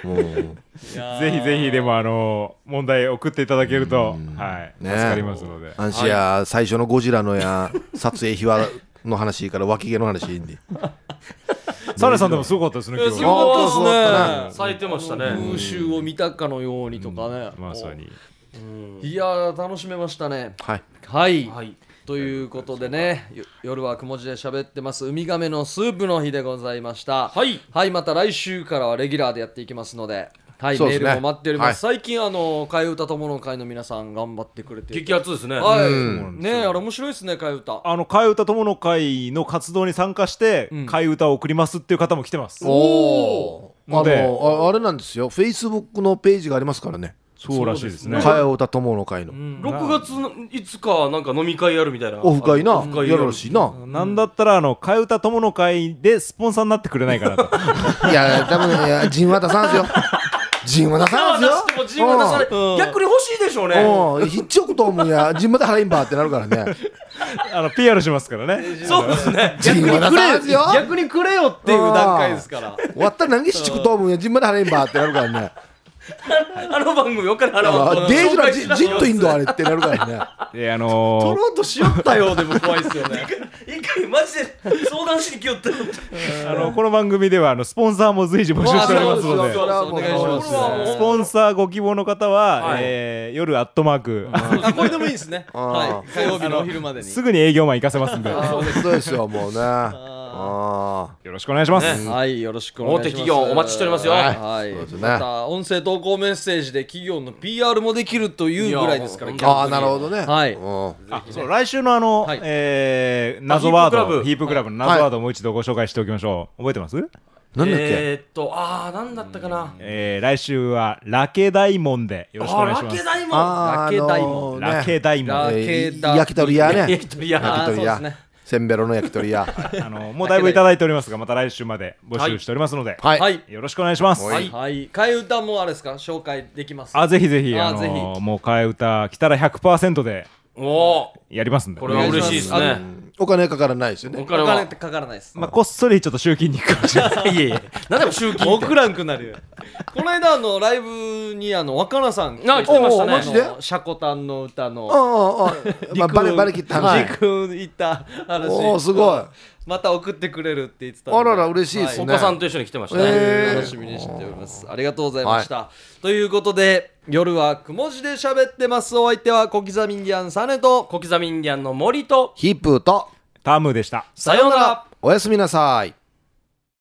Speaker 1: うん
Speaker 3: うん
Speaker 5: ぜひぜひでもあの問題送っていただけるとはい助
Speaker 3: ね
Speaker 5: かりますので
Speaker 3: アンシや最初のゴジラのや撮影秘話の話から脇毛の話いいんで
Speaker 5: サラさんでもすごかったですね
Speaker 1: いや
Speaker 5: 今
Speaker 1: す
Speaker 5: 日
Speaker 3: ご
Speaker 5: は
Speaker 1: ご
Speaker 3: そうだ
Speaker 1: かったですね。
Speaker 2: 咲いてましたね
Speaker 1: 風習を見たかのようにとかね。
Speaker 5: まさに
Speaker 1: いやー、楽しめましたね。
Speaker 3: はい
Speaker 1: はい。
Speaker 2: はい
Speaker 1: ということでね、よ夜はくも字で喋ってます、ウミガメのスープの日でございました。
Speaker 2: はい
Speaker 1: はい、また来週からはレギュラーでやっていきますので、はい、
Speaker 3: そう
Speaker 1: メ
Speaker 3: で
Speaker 1: ー
Speaker 3: すね
Speaker 1: ルも待っております。最近、あの、替え歌友の会の皆さん、頑張ってくれて。
Speaker 2: 激アツですね、
Speaker 1: はい、
Speaker 3: うん
Speaker 1: ねえあれ面白いですね、替え歌。
Speaker 5: あの替え歌友の会の活動に参加して
Speaker 1: うん
Speaker 5: 替え歌を送りますっていう方も来てます、
Speaker 3: おあ
Speaker 5: ので
Speaker 3: のああれなんですよフェイスブックのページがありますからね
Speaker 5: そうらしいです
Speaker 3: 「
Speaker 5: ね
Speaker 3: かやおた友の会」の
Speaker 2: 6月の5日なんか飲み会やるみたいな
Speaker 3: オフ会な
Speaker 2: オフ会
Speaker 3: やるらしいな
Speaker 5: なんだったらあの替え歌友の会でスポンサーになってくれないかなと
Speaker 3: いや多分いや陣は出さんすよ陣は出さんす
Speaker 2: 出
Speaker 3: よ
Speaker 2: しても自分出され逆に欲しいでしょうね
Speaker 3: うんひっちょくと思うや陣まで払えんばってな るからね
Speaker 5: あの PR しますからね
Speaker 2: そうです ね
Speaker 3: 陣は出さんすよ
Speaker 1: 逆にくれよっていう段階ですから。
Speaker 3: 終わったら何ひっちょくと思うや陣まで払えんばってなるからね
Speaker 2: あの番組よからあ
Speaker 3: あ
Speaker 2: の
Speaker 3: デージ
Speaker 2: 紹
Speaker 3: ラ
Speaker 2: 介し
Speaker 3: ジ
Speaker 2: な
Speaker 3: ジットインドあれってなるからね
Speaker 5: であのー
Speaker 1: 取ろうとしよったよでも怖いですよ ね。
Speaker 2: 一回マジで相談しに来よったよ
Speaker 5: あのこの番組ではあのスポンサーも随 時募集しております
Speaker 1: そう
Speaker 5: の
Speaker 1: そう
Speaker 5: で
Speaker 1: そうお願いします
Speaker 3: それは
Speaker 2: もう
Speaker 5: スポンサーご希望の方は、
Speaker 2: はい
Speaker 5: えー夜アットマーク、
Speaker 1: あこれでもいいですね。
Speaker 3: ん
Speaker 1: はい、火曜日のお昼までに。
Speaker 5: すぐに営業マン行かせますんでよ
Speaker 3: あー そうですよ もうねあ
Speaker 5: ろしくお願いします、
Speaker 1: はい、よろしくお願いします。
Speaker 2: 大手企業お待ちしておりますよ
Speaker 1: はい、
Speaker 3: そうですね
Speaker 1: また音声投稿メッセージで企業の PR もできるというぐらいですから。
Speaker 2: い
Speaker 3: ーあーなるほどね
Speaker 1: はい
Speaker 3: うん
Speaker 5: あそう来週のあの、
Speaker 1: はい
Speaker 5: えー謎ワー
Speaker 2: あヒープクラ
Speaker 5: ド
Speaker 2: ブ
Speaker 5: ヒープクラブの謎ワードをもう一度ご紹介しておきましょう覚えてます
Speaker 3: なんだっけ
Speaker 2: えーっとああなんだったかな
Speaker 5: えー来週はラケダイモンでよろしくお
Speaker 2: あ
Speaker 5: 願いし
Speaker 2: ラ
Speaker 5: ま
Speaker 2: ケ
Speaker 5: す。
Speaker 2: ダイモン
Speaker 3: あー
Speaker 1: ラケダイ
Speaker 3: あの
Speaker 1: モ
Speaker 3: ね
Speaker 5: ラケダイモン。
Speaker 1: ラ
Speaker 5: あ
Speaker 1: ケラ
Speaker 3: え
Speaker 1: ケダ
Speaker 3: ー焼き鳥 屋ね
Speaker 2: 焼き鳥屋
Speaker 3: 焼き
Speaker 1: あー
Speaker 3: 鳥
Speaker 1: そうで
Speaker 3: 屋
Speaker 1: すね
Speaker 3: せんべろの焼き 鳥屋
Speaker 5: のもうだいぶいただいておりますが、また来週まで募集しておりますので、
Speaker 3: はい
Speaker 1: はい
Speaker 5: よろしくお願いします。
Speaker 1: はい、はい、替え歌もあれですか、紹介できます。
Speaker 5: あぜひぜひ
Speaker 1: あ
Speaker 5: あの
Speaker 1: ぜひ
Speaker 5: もう替え歌来たら100%で
Speaker 2: おお
Speaker 7: やりますんで
Speaker 2: これは嬉しいです
Speaker 1: お願
Speaker 2: ね
Speaker 3: お金かからないですよ
Speaker 2: お
Speaker 3: ね
Speaker 1: お
Speaker 2: 金
Speaker 1: 金っ
Speaker 2: は
Speaker 1: てかからないです
Speaker 7: まあ、こっそりちょっと集金に行くかもしれない
Speaker 2: いやいや 何でも集金って
Speaker 1: 僕らんくなるよこの間あのライブにあの若菜さん来て
Speaker 2: あ来てましたね
Speaker 1: あの
Speaker 2: マ
Speaker 3: ジで
Speaker 1: シャコタンの歌
Speaker 3: ああ
Speaker 1: の
Speaker 3: ああまあバレバレ切った話
Speaker 1: 陸行った話
Speaker 3: おおすごい
Speaker 1: また送ってくれるって言ってたんで
Speaker 3: あらら嬉しいですね
Speaker 2: お子さんと一緒に来てました
Speaker 3: へ
Speaker 2: ね
Speaker 3: えー
Speaker 1: 楽しみにしておりますありがとうございました、ということで夜はくも字で喋ってますお相手は小刻みインディアンサネと
Speaker 2: 小刻みインディアンの森と
Speaker 3: ヒップーと
Speaker 7: タムでした
Speaker 2: さようなら
Speaker 3: おやすみなさい